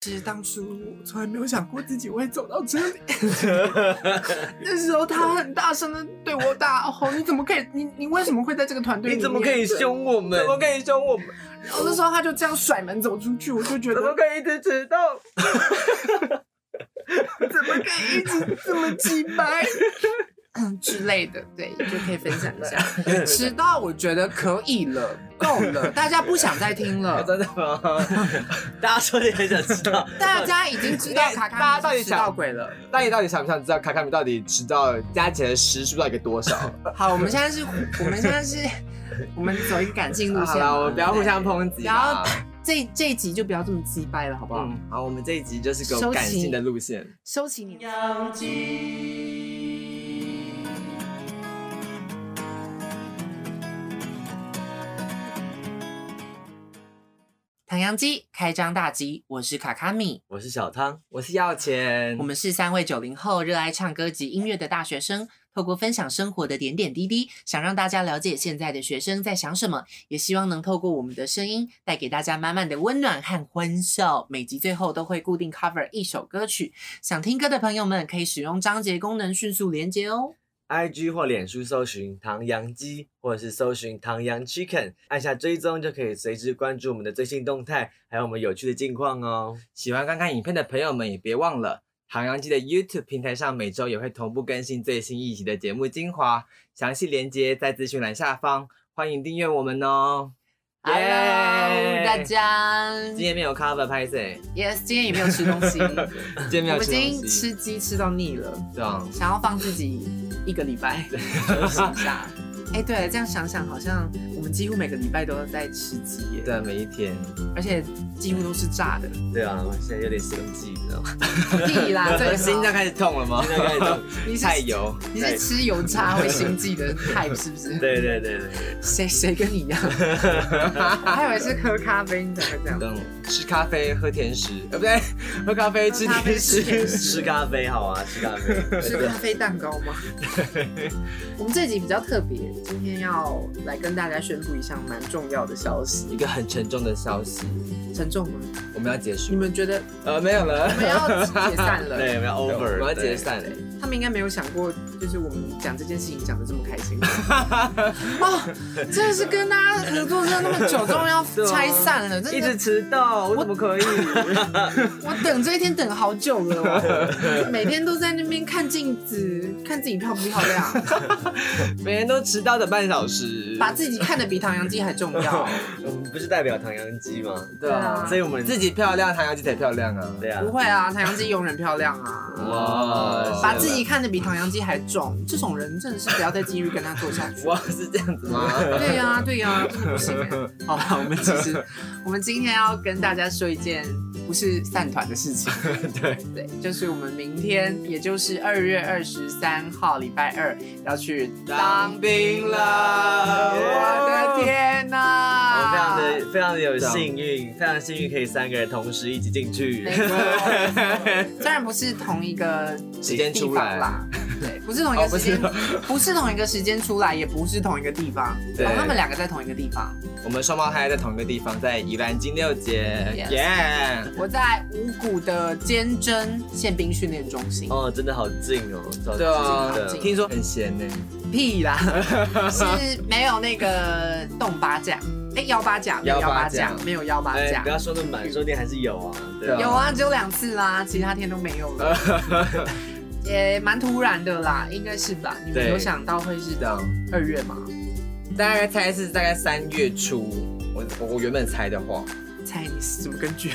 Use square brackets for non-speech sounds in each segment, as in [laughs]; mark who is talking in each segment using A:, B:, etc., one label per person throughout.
A: 其实当初我从来没有想过自己会走到这里。那时候他很大声的对我大吼：“你怎么可以？你你为什么会在这个团队？
B: 你怎么可以
A: 凶？
B: 凶我们。
C: 怎？么可以凶我们？
A: 然后那时候他就这样甩门走出去，我就觉
C: 怎么
A: 得
C: 可以一直迟到？
A: 怎么可以一直这么鸡掰嗯之类的，对，就可以分享一下。迟到我觉得可以了，够了，大家不想再听了
B: [laughs] 啊真的吗？大家说你很想知
C: [laughs]
B: 道，
A: 大家已经知道卡
C: 大
A: 卡
C: 家到
A: 米
C: 底
A: 是迟
C: 想
A: 到鬼了。
C: 那你到底想不想知道卡卡米到底迟到加起来时数到底
B: [laughs]
C: 多少？
A: 好，我们现在是， [laughs] 我们现在是，我们走一个感性路
C: 好
A: 线
C: 了，
A: 嘛。
C: 我们不要互相抨击
B: [laughs]
C: 啦。
A: 不这这一集就不要这么鸡掰了，好不好？
C: 嗯，好，我们这一集就是
A: 收
C: 个
A: 起
C: 感性的路线。
A: 收起你。唐扬鸡开张大吉，我是卡卡米，
B: 我是小汤，
C: 我是要钱
A: 我，们是三位九零后热爱唱歌及音乐的大学生，透过分享生活的点点滴滴，想让大家了解现在的学生在想什么，也希望能透过我们的声音带给大家满满的温暖和欢笑。每集最后都会固定 cover 一首歌曲，想听歌的朋友们可以使用章节功能迅速连接哦。
B: IG 或脸书搜寻唐扬鸡，或者是搜寻唐扬 Chicken，按下追踪就可以随时关注我们的最新动态，还有我们有趣的近况哦。
C: 喜欢观看影片的朋友们也别忘了，唐扬鸡的 YouTube 平台上每周也会同步更新最新一集的节目精华，详细连接在资讯栏下方，欢迎订阅我们哦。
A: Hello，
C: 耶
A: 哎大家
C: 今天没有 cover 拍摄，
A: ，Yes，今天也没有吃东西，
C: [laughs] 今天没
A: 我们已
C: 有吃
A: 经
C: 东西，
A: 吃鸡吃到腻了。
C: 这样
A: 想要放自己一个礼拜休息一下。哎、对了，这样想想，好像我们几乎每个礼拜都在吃鸡耶，
C: 对每一天，
A: 而且几乎都是炸
C: [laughs]
A: 的。
B: 对啊，我现在有点生气，你知道吗？
A: 屁啦，
C: 我
A: 最
B: [laughs]
C: 的心脏
A: 好
C: 开始痛了吗？
B: 现在开始 [laughs] 动，
A: 你是
C: 太油，
A: 你是吃油炸会心悸的 type 是不是？
B: 对对对对，
A: 谁谁跟你一
C: [laughs]
A: 样？我还以为是喝咖啡你才会这样。
C: 等吃咖啡喝甜食，呃不对，喝咖啡吃
A: 喝咖啡
C: 甜
A: 吃
C: 食。
A: 甜食
B: [laughs] 吃咖啡好啊，吃咖
C: [laughs]
B: 啡，
A: 是咖啡蛋糕吗？我们这集比较特别，今天要来跟大家宣布一项蛮重要的消息，
C: 一个很沉重的消息，
A: 沉重吗？
C: 我们要结
A: 你
C: 束。
A: 们觉得
C: 呃，没有了，
A: 我们要解散
C: [laughs]
A: 了？
B: 对，我们要
C: 对
B: over，
C: 我们要
B: 对
C: 解散了。
A: 他们应该没有想过，就是我们讲这件事情讲的这么开
C: [laughs]
A: 心哦，真的是跟大家合作了那么久，终于
C: [laughs]
A: 要拆散了，真
C: 啊一直
A: 的，
C: 迟到，哦我怎么可以？
A: 我等这一天等好久了
C: [laughs]
A: 哦，每天都在那边看镜子，看自己漂不漂亮，
C: [laughs] [laughs] 每天都迟到的半小时，
A: 把自己看得比唐扬鸡还重
C: [laughs]
A: 要。
B: 我们不是代表唐扬鸡吗？
C: 对啊，
B: 所以我们
C: 自己漂亮，唐瑶鸡才漂亮啊！
B: 对啊
A: 不，会啊，唐扬鸡永远漂亮啊。
C: [laughs] 哇
A: 把自己看得比唐扬鸡还重，这种人真的是不要再继续跟他做下去。
B: 啊
C: 哇，是这样 [laughs] 子吗？
A: 对呀、 [laughs] 对呀、真的不行哎。好了，我们其实我们今天要跟大家说一件不是散团的事情，
C: 对，
A: 对，就是我们明天，也就是二月二十三号礼拜二要去当兵了。我的天哪、
B: 我
C: 啊
B: 们非常的非常的有幸运，非常幸运可以三个人同时一起进去
A: 没。错，虽然不是同一个
C: 时间
A: 地
C: 出
A: 方
C: 来，
A: 啦，对，不是同一个时间，
C: 哦
A: 不是同一个时间出来，也不是同一个地方，
C: 对
A: 哦他们两个在同一个地方，
C: 我们双胞胎在同一个地方，在宜兰金六街，
A: Yes
C: 耶！
A: 我在五谷的坚贞宪兵训练中心。
B: 哦，真的好近哦，超
C: 对啊
B: 近的，
C: 听说很闲呢，
A: 屁啦， [laughs] 是没有那个动八架，哎、幺八架，没有
C: 幺八
A: 架
C: 架，
A: 没有幺八
B: 哎，
A: 架
B: 不。要说那么满，说不定还是有啊。对啊
A: 有啊，只有两次啦，其他天都没有了，
C: [laughs]
A: 也蛮突然的啦，应该是吧？你们
C: 对
A: 有想到会是
C: 这样，
A: 二月吗？
C: 大概猜是大概三月初，我我我原本猜的话，
A: 猜你是什么根
C: [laughs]
A: 据？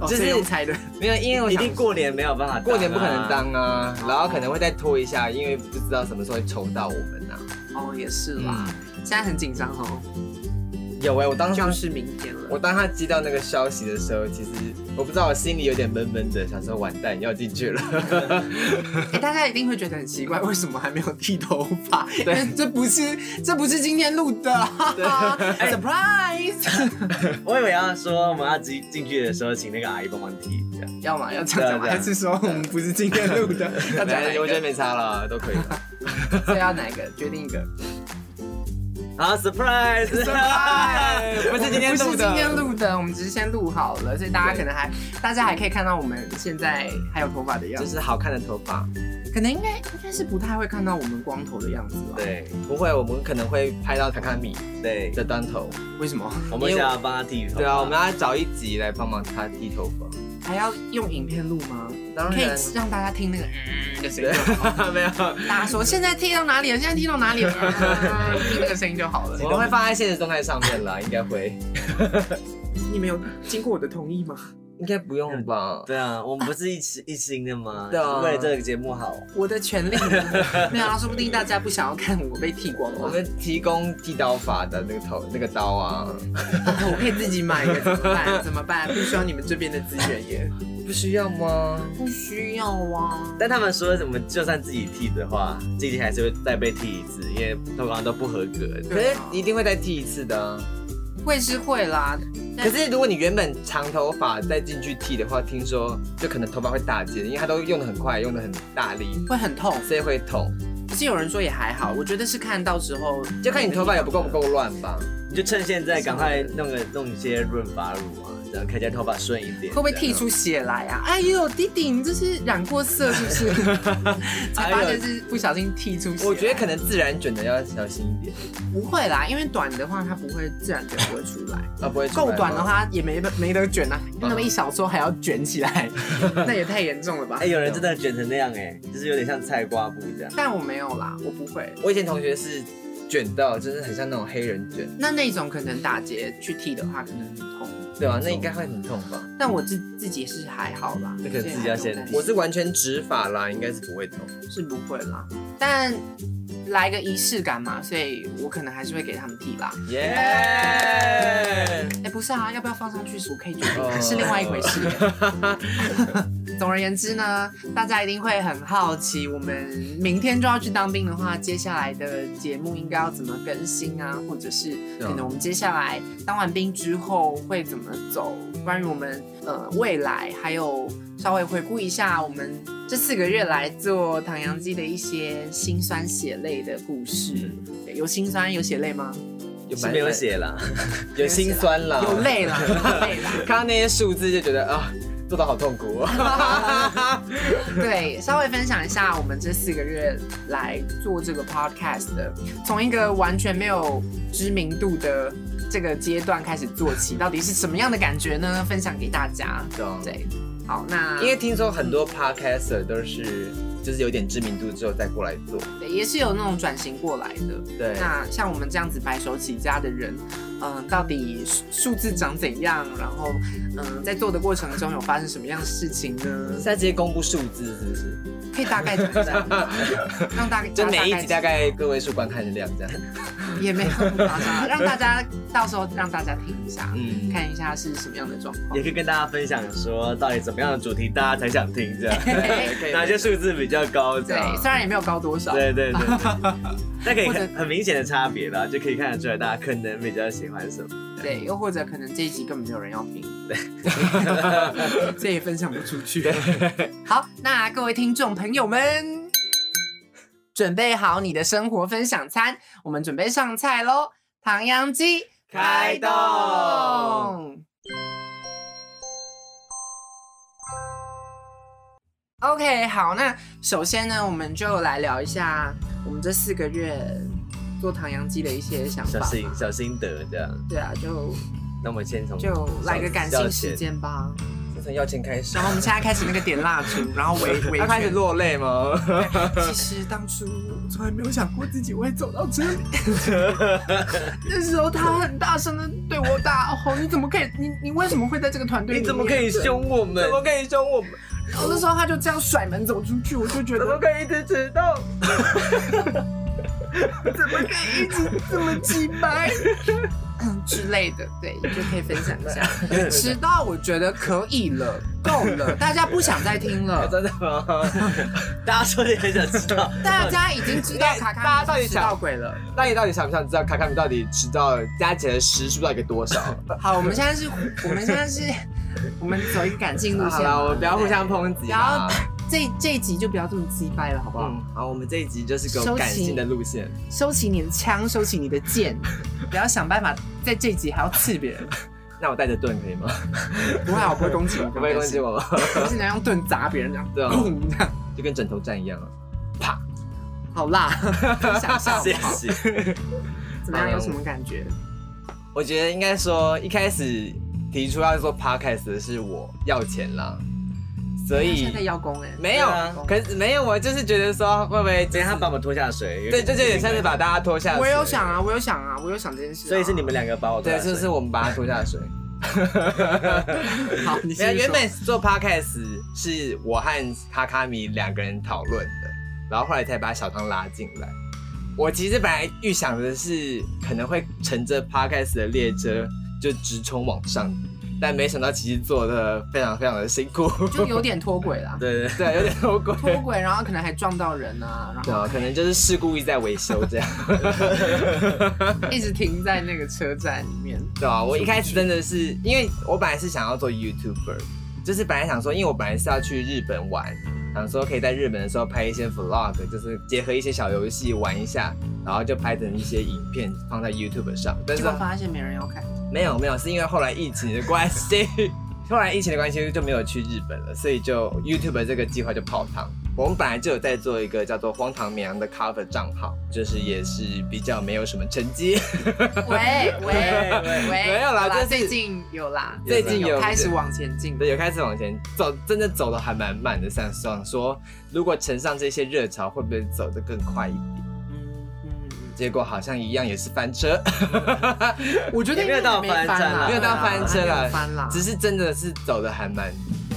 A: 哦，
C: 就是嗯
A: 这用猜的。
C: 没有，因为我
B: 一
C: 想
B: 定过年没有办法当啊，
C: 过年不可能当啊，然后可能会再拖一下，因为不知道什么时候会抽到我们啊。
A: 哦，也是啦，
C: 嗯
A: 现在很紧张哦，
C: 有哎、我当时
A: 就是明天了。
C: 我当他接到那个消息的时候，其实我不知道，我心里有点闷闷的，想说完蛋要进去了。
A: 哎，大家一定会觉得很奇怪，为什么还没有剃头发？对，这不是这不是今天录的哈哈，surprise！
B: 我以为要说我们要进进去的时候，请那个阿姨帮忙提这样。
A: 要吗？要这样讲吗？
B: 对啊对啊
A: 还是说我们不是今天录的？ [laughs] 要讲哪一
C: 我觉得
A: 个？
C: [laughs] 没差了，都可以了。
A: [laughs] 所以要哪一个？决定一个。
B: 好，surprise！
C: 不是今天
A: 不
C: 录
A: 是今天
C: 的，
A: 录的，我们只是先录好了，所以大家可能还，大家还可以看到我们现在还有头发的样
C: 就
A: 子，
C: 是好看的头发。
A: 可能应该应该是不太会看到我们光头的样子吧？，
B: [laughs] 对
C: 不会，我们可能会拍到卡卡米
B: 对，
C: 的端头。
A: 为什么
B: 我们
C: 因为
B: 想要帮他剃头。
C: 对啊，我们要找一集来帮忙他剃头发。
A: 还要用影片录吗？
C: 当
A: 可以
C: 然，
A: 让大家听那个嗯 [laughs] 的声音
C: 对
A: 就好，
C: 没有。
A: 大家说现在踢到哪里了？现在踢到哪里了？嗯听那个声音就好了。
C: 我们会放在现实动态上面啦，应该会，
A: 你们有经过我的同意吗？
C: 应该不用吧？
B: 对啊，我们不是一起一心的吗？
C: [laughs] 对啊
B: 为了这个节目好，
A: 我的 [laughs] 权利没有啊，说不定大家不想要看我被剃光
C: 我
A: 了，
C: 们提供剃刀法的那个头那个刀啊，
A: 我可以自己买一个，怎么 [laughs] 办？怎么办？不需要你们这边的资源耶，
C: 不需要吗？
A: 不需要啊。
B: 但他们说我们就算自己剃的话，最近还是会再被剃一次，因为头发都不合格。
C: 可是一定会再剃一次的啊。
A: 会是会啦，
C: 可是如果你原本长头发再进去剃的话，听说就可能头发会大结，因为它都用的很快，用的很大力，
A: 会很痛。
C: 所以会痛。
A: 可是有人说也还好，我觉得是看到时候
C: 就看你头发有不够不够乱吧。
B: 你就趁现在赶快弄个弄一些润发乳啊，然后看起来头发顺一点。
A: 会不会剃出血来啊？哎呦，弟弟，你这是染过色是不是？ [laughs] 才发现是不小心剃出血啊来。
C: 我觉得可能自然卷的要小心一点，
A: 不会啦，因为短的话它不会自然卷不会出来，
C: 啊不会出来吗
A: 够短的，话也没没得卷啊，
B: 嗯
A: 那么一小撮还要卷起
B: [laughs]
A: 来，那也太严重了吧
B: 哎、？有人真的卷成那样哎、就是有点像菜瓜布这样。
A: 但我没有啦，我不会。
C: 我以前同学是卷到，就是很像那种黑人卷，
A: 那那种可能打结去剃的话，可能很痛。
C: 对啊，那应该会很痛吧？
A: 但我自自己是还好啦，
B: 那可能自己要先
A: 所以还不用担心
C: 我是完全直发啦，应该是不会痛。
A: 是不会啦，但来个仪式感嘛，所以我可能还是会给他们剃啦。
B: 耶、
A: 哎、不是啊，要不要放上去是我可以决定的，
C: 哦
A: 是另外一回事。总而言之呢，大家一定会很好奇，我们明天就要去当兵的话，接下来的节目应该要怎么更新啊？或者是
C: 对
A: 可
C: 啊
A: 能我们接下来当完兵之后会怎么走？关于我们呃未来，还有稍微回顾一下我们这四个月来做唐扬鸡的一些辛酸血泪的故事。
C: 嗯
A: 对有辛酸有血泪吗？
C: 有
B: 是没 [laughs] 有，血啦，
C: [laughs] 有心酸啦，
A: 有。累
C: [laughs]
A: 啦，有累啦。
C: 看到那些数字就觉得啊，做的好痛苦、 [laughs]
A: 对，稍微分享一下我们这四个月来做这个 podcast 的，从一个完全没有知名度的这个阶段开始做起，到底是什么样的感觉呢？分享给大家。
C: 对，
A: 对，好，那
C: 因为听说很多 podcaster 都是就是有点知名度之后再过来做，
A: 对也是有那种转型过来的。
C: 对，
A: 那像我们这样子白手起家的人，嗯、到底数数字长怎样？然后，嗯、在做的过程中有发生什么样的事情呢？
C: 现在直接公布数字是不
B: [laughs]
C: 是？
A: 可以大概讲一下吗，让
C: [laughs]
A: 大
C: 就每一
A: 家
C: 集
A: 知道
C: 大概个位数观看的量这样，
A: [laughs] 也没有很夸张，啊让大家到时候让大家听一下，
C: [laughs] 嗯，
A: 看一下是什么样的状况
B: [laughs] 也。可以跟大家分享说，到底怎么样的主题大家才想听这样，
C: [laughs] 对可以
B: 哪些数字比较高这样
A: 对，。虽然也没有高多少，
B: 啊对对对对，
C: [laughs]
B: 但可以
A: 或者
B: 看很明显的差别啦，就可以看得出来大家可能比较喜欢什
C: [laughs]
B: 么。
A: 对，又或者可能这一集根本没有人要听，这也分享不出去。好，那各位听众朋友们，准备好你的生活分享餐，我们准备上菜喽！唐扬鸡
B: 开动。
A: OK，好，那首先呢，我们就来聊一下我们这四个月做唐扬鸡的一些想
B: 小
A: 法。
B: 心小心得这样，
A: 对啊，就
B: 那我们先从
A: 就来个感性时
B: 时间。
A: 间吧。
C: 就从要钱开始
A: 然，后我们现在开始那个点蜡烛，然后
C: [laughs]
A: 围围
C: 要开始
A: 圈。
C: 落泪吗？
A: 其实当初我从来没有想过自己会走到这里。那时候他很大声的对我大吼：“你怎么可以？你你为什么会在这个团队里
B: 你
A: 面？
B: 怎么可以凶我们
C: 怎？么可以凶我们？
A: 然后那时候他就这样甩门走出去，我就觉
C: 怎么
A: 得
C: 可以一直迟到？
A: 怎么可以一直这么鸡掰嗯之类的，对，就可以分享一下。迟到我觉得可以了，够了，大家不想再听了。
C: 真的吗？
B: 大家说你很想知道，
A: 大家已经知道卡卡
C: 大家到底
A: 是迟
C: 想
A: 到鬼了。
C: [laughs] 那你到底想不想知道卡卡米到底迟到加起来时数到底多 [laughs] 少？
A: 好，我们现在是，我们现在是，我们走一个感性路
C: 好
A: 线。
C: 了，我们不要互相抨击
A: 然后
C: 啦。
A: 这这一集就不要这么鸡掰了，好不好？
C: 嗯，好，我们这一集就是走
A: 收
C: 感
A: 起
C: 性的路线。
A: 收起你的枪，收起你的剑， [laughs] 不要想办法在这一集还要刺别人。
C: 那我带着盾可以吗？
A: 不会啊，我不会攻击你，
C: 可 [laughs] 不可以攻击
A: 我，
C: 我吗？
A: 我是拿用盾砸别人这样，
C: 对啊
A: 砰这样，
C: 就跟枕头战一样啊。
A: 好辣，想笑
B: [laughs] 谢谢。
A: 怎么样？有什么感觉？
C: 我觉得应该说一开始提出要做 podcast 的是我要钱啦，所
A: 他现在
C: 以
A: 邀功哎，
C: 没有
B: 对啊，
C: 可是没有，我就是觉得说会不会
B: 今
C: 就
B: 天他
C: 是
B: 把我们拖下水，
C: 对，就是有点像是把大家拖下水。
A: 我有想啊，我有想啊，我有想这件事啊。
B: 所以是你们两个把我拖
C: 对，
B: 下水。
C: 就是我们把它拖下水。
A: 好，你
C: 没有，
A: 先
C: 原
A: 说
C: 本做 podcast 是我和卡卡米两个人讨论的，然后后来才把小汤拉进来。我其实本来预想的是可能会乘着 podcast 的列车就直冲往上，但没想到其实做的非常非常的辛苦， [laughs]
A: 就有点脱轨啦，
B: 对对对，
C: 对，有点偷
A: [laughs]
C: 鬼。
A: 脱轨，然后可能还撞到人啊，然
C: 对
A: 后
C: 啊，可能就是事故一直在维修这样，
A: 一直停在那个车站里
C: [laughs]
A: 面。
C: 对啊，我一开始真的是，因为我本来是想要做 YouTuber，就是本来想说，因为我本来是要去日本玩，想说可以在日本的时候拍一些 Vlog，就是结合一些小游戏玩一下，然后就拍成一些影片放在 YouTube 上。但
A: 结
C: 是
A: 果发现没人要看，
C: 没有没有，是因为后来疫情的关系， [laughs] 后来疫情的关系就没有去日本了，所以就 YouTube 这个计划就泡汤。我们本来就有在做一个叫做“荒唐绵羊”的 cover 账号，就是也是比较没有什么成绩。
A: 喂喂喂，
C: [laughs] 没有
A: 好
C: 啦就是
A: 最近有啦，
C: 最近有
A: 开始往前进，
C: 对，有开始往前走，真的走的还蛮慢的。想想说，如果乘上这些热潮，会不会走得更快一点？
A: 嗯嗯，
C: 结果好像一样也是翻车，
A: 我觉得
B: 也没有到
A: 应该还没
B: 翻车
A: 啦，
B: 啦没有到
C: 翻车啦
A: 还没有翻啦，
C: 只是真的是走的还蛮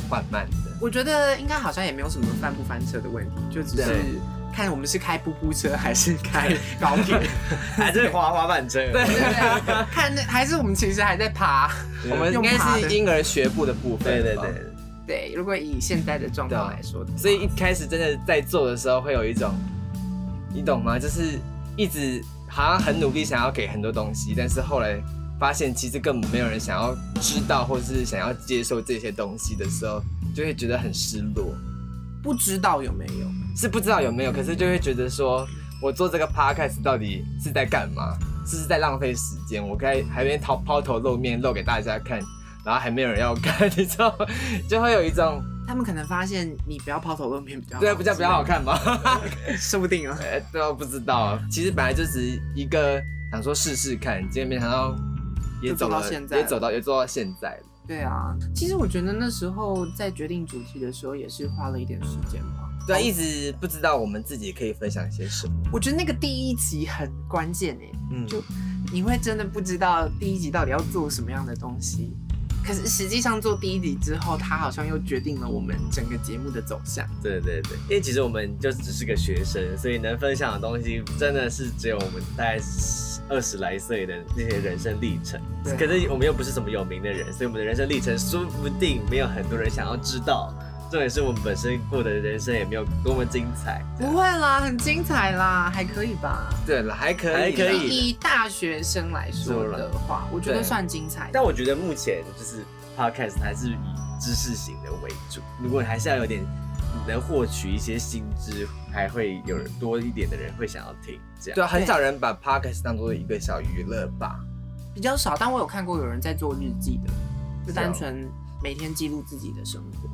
C: 缓慢的。
A: 我觉得应该好像也没有什么翻不翻车的问题，就只是
C: 对
A: 看我们是开布布车还是开高铁，
B: 还是滑滑板车。
C: 对啊
A: 对不对看那还是我们其实还在爬。
C: 我们应该是婴儿学步的部分
B: 对对
C: 吧
B: 对，
A: 对，如果以现在的状况来说的话，
C: 所以一开始真的在做的时候，会有一种，你懂吗？就是一直好像很努力想要给很多东西，但是后来发现其实根本没有人想要知道或是想要接受这些东西的时候，就会觉得很失落。
A: 不知道有没有，
C: 是不知道有没有，可是就会觉得说，我做这个 podcast 到底是在干嘛？是不是在浪费时间？我该还没抛抛头露面露给大家看，然后还没有人要看， [laughs] 你知道吗，就会有一种
A: 他们可能发现你不要抛头露面比较好
C: 对啊比较比较好，看吧？
A: 说不定啊。
C: [laughs] 哎，对啊，不知道啊。其实本来就只是一个想说试试看，结果没想到也
A: 就
C: 走
A: 做到
C: 了，
A: 现在
C: 也
A: 了
C: 走到也做到现在了。
A: 对啊，其实我觉得那时候在决定主题的时候也是花了一点时间嘛。
C: 对啊，一直不知道我们自己可以分享些什么。
A: 我觉得那个第一集很关键诶、
B: 嗯，
A: 就你会真的不知道第一集到底要做什么样的东西。可是实际上做第一集之后，它好像又决定了我们整个节目的走向。
B: 对对对，因为其实我们就只是个学生，所以能分享的东西真的是只有我们大概二十来岁的那些人生历程。
A: 对啊
B: 可是我们又不是什么有名的人，所以我们的人生历程说不定没有很多人想要知道。重点是我们本身过的人生也没有多么精彩。这
A: 不
B: 样
A: 会啦，很精彩啦，还可以吧？
C: 对了，还可以啦，
B: 还可以
A: 以大学生来说的话，我觉得算精彩。
B: 但我觉得目前就是 podcast 还是以知识型的为主。如果你还是要有点能获取一些新知，还会有人多一点的人会想要听这样。
C: 对啊，很少人把 podcast 当做一个小娱乐吧。
A: 比较少，但我有看过有人在做日记的，
C: 哦
A: 就单纯每天记录自己的生活。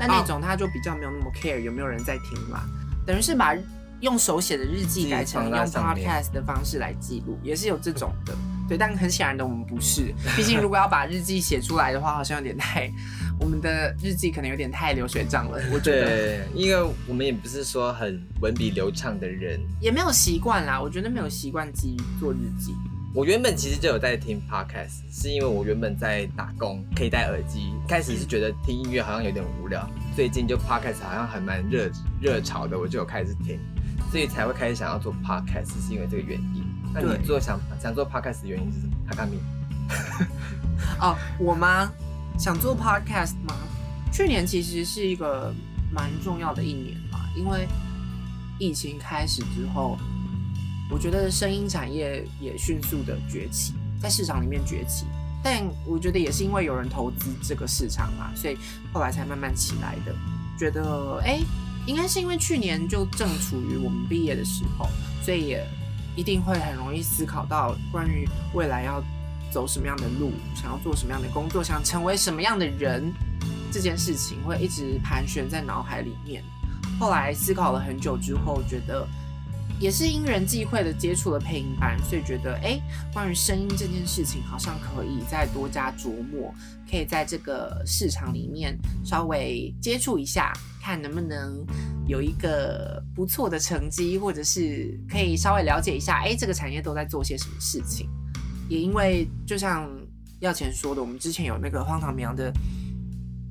A: 但
C: 哦
A: 那种他就比较没有那么 care 有没有人在听啦，等于是把用手写的日记改成
C: 自
A: 用
C: 己放在上面
A: podcast 的方式来记录，也是有这种的。对，但很显然的我们不是，毕竟如果要把日记写出来的话，好像有点太，我们的日记可能有点太流水账了，我觉得。
C: 对，因为我们也不是说很文笔流畅的人。
A: 也没有习惯啦，我觉得没有习惯记做日记。
C: 我原本其实就有在听 podcast，是因为我原本在打工，可以戴耳机。开始是觉得听音乐好像有点无聊，最近就 podcast 好像还蛮热热潮的，我就有开始听，所以才会开始想要做 podcast，是因为这个原因。那
A: 对
C: 你做想想做 podcast 的原因是什么？卡卡米，
A: 哦，我吗？想做 podcast 吗？去年其实是一个蛮重要的一年吧，因为疫情开始之后，我觉得声音产业也迅速的崛起，在市场里面崛起。但我觉得也是因为有人投资这个市场嘛，所以后来才慢慢起来的。觉得，哎、应该是因为去年就正处于我们毕业的时候，所以也一定会很容易思考到关于未来要走什么样的路，想要做什么样的工作，想成为什么样的人，这件事情会一直盘旋在脑海里面。后来思考了很久之后，觉得也是因缘际会的接触了配音班，所以觉得哎、诶关于声音这件事情，好像可以再多加琢磨，可以在这个市场里面稍微接触一下，看能不能有一个不错的成绩，或者是可以稍微了解一下，哎、这个产业都在做些什么事情。也因为就像耀前说的，我们之前有那个荒唐绵羊的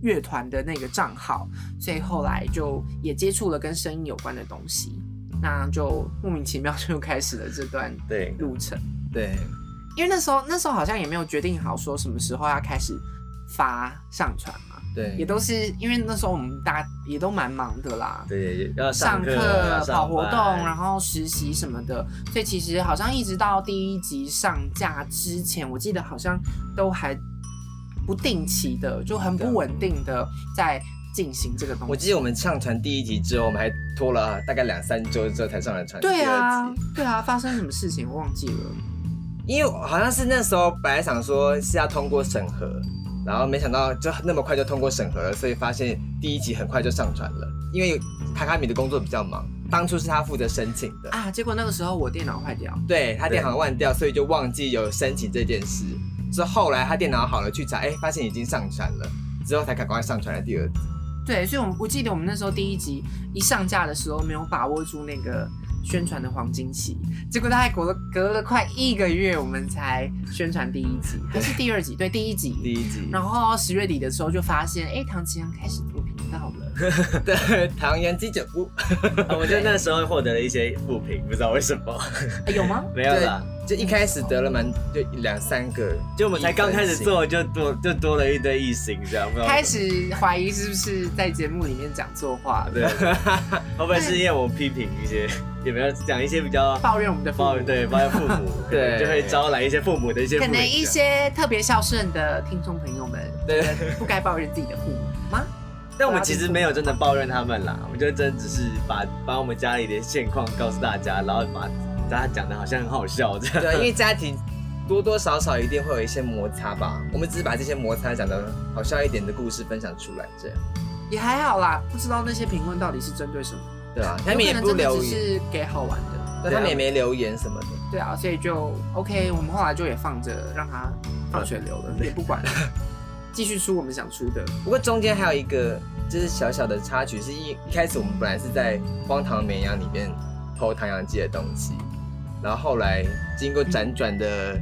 A: 乐团的那个账号，所以后来就也接触了跟声音有关的东西，那就莫名其妙就开始了这段
B: 对
A: 路程。
C: 对，
A: 因为那时候那时候好像也没有决定好说什么时候要开始发上传嘛，
C: 对，
B: 嗯
A: 也都是因为那时候我们大家也都蛮忙的啦，
B: 对，要
A: 上
B: 课、
A: 课
B: 要、上
A: 跑活动，
B: 班
A: 然后实习什么的，所以其实好像一直到第一集上架之前，我记得好像都还不定期的，就很不稳定的在进行这个东西。
C: 我记得我们上传第一集之后，我们还拖了大概两三周之后才上来传第二集。
A: 对啊，对啊，发生什么事情我忘记了。
C: 因为好像是那时候本来想说是要通过审核，然后没想到就那么快就通过审核了，所以发现第一集很快就上传了。因为卡卡米的工作比较忙，当初是他负责申请的，
A: 啊，结果那个时候我电脑坏掉，
C: 对他
B: 对
C: 电脑忘掉，所以就忘记有申请这件事。之后来他电脑好了去查，哎、发现已经上传了，之后才赶快上传了第二集。
A: 对，所以我们我记得我们那时候第一集一上架的时候没有把握住那个宣传的黄金期，结果大概隔了隔了快一个月，我们才宣传第一集，还是第二集？对，第一集。
C: 第一
A: [laughs]
C: 集，
A: 然后十月底的时候就发现，哎，唐奇阳开始做频道
B: [laughs]
A: 了。
C: 对， [laughs] 唐人鸡酒屋，
B: 啊我觉得那时候获得了一些负评，不知道为什么， [laughs]
A: 哎有吗？
B: 没有啦，
C: 就一开始得了蛮就两三个，
B: 就我们才刚开始做，就多就多了一堆异形，这样不知道为
A: 开
B: 什么
A: 始怀疑是不是在节目里面讲错话，
B: 对，
A: [laughs]
B: 会不会是因为我批评一些，有没有讲一些比较
A: 抱怨我们的父
B: 抱
A: 母
B: 怨，对抱 [laughs] 怨父母，
C: 对
B: 可能就会招来一些父母的一些
A: 可
B: 不
A: 能
B: 理解
A: 一些特别孝顺的听众朋友们，
C: 对，
A: 不该抱怨自己的父母吗？
B: 但我们其实没有真的抱怨他们啦，我们就真只是把把我们家里的现况告诉大家，然后把大家讲的好像很好笑这样。
C: [laughs] 对，啊因为家庭多多少少一定会有一些摩擦吧。我们只是把这些摩擦讲的好笑一点的故事分享出来，这样
A: 也还好啦，不知道那些评论到底是针对什么。
C: 对啊，他
A: 有
C: 们
A: 可
C: 也
A: 能
C: 不
A: 真的
C: 留
A: 只
C: 言，
A: 是给好玩的，
C: 对他们也没留言什么的。
A: 对啊，所以就 OK。我们后来就也放着，让它放水流了，也不管 [laughs] 了，继续出我们想出的。
C: 不过中间还有一个就是小小的插曲，是一一开始我们本来是在《荒唐绵羊》里面偷唐扬鸡的东西，然后后来经过辗转的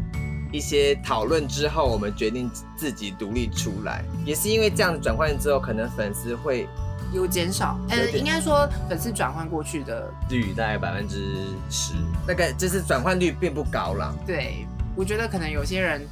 C: 一些讨论之后，我们决定自己独立出来。也是因为这样子转换之后，可能粉丝会
A: 有减少，
C: 有
A: 呃，
C: 点
A: 应该说粉丝转换过去的，
B: 率大概百分之十，
C: 那个就是转换率并不高啦。
A: 对我觉得可能有些人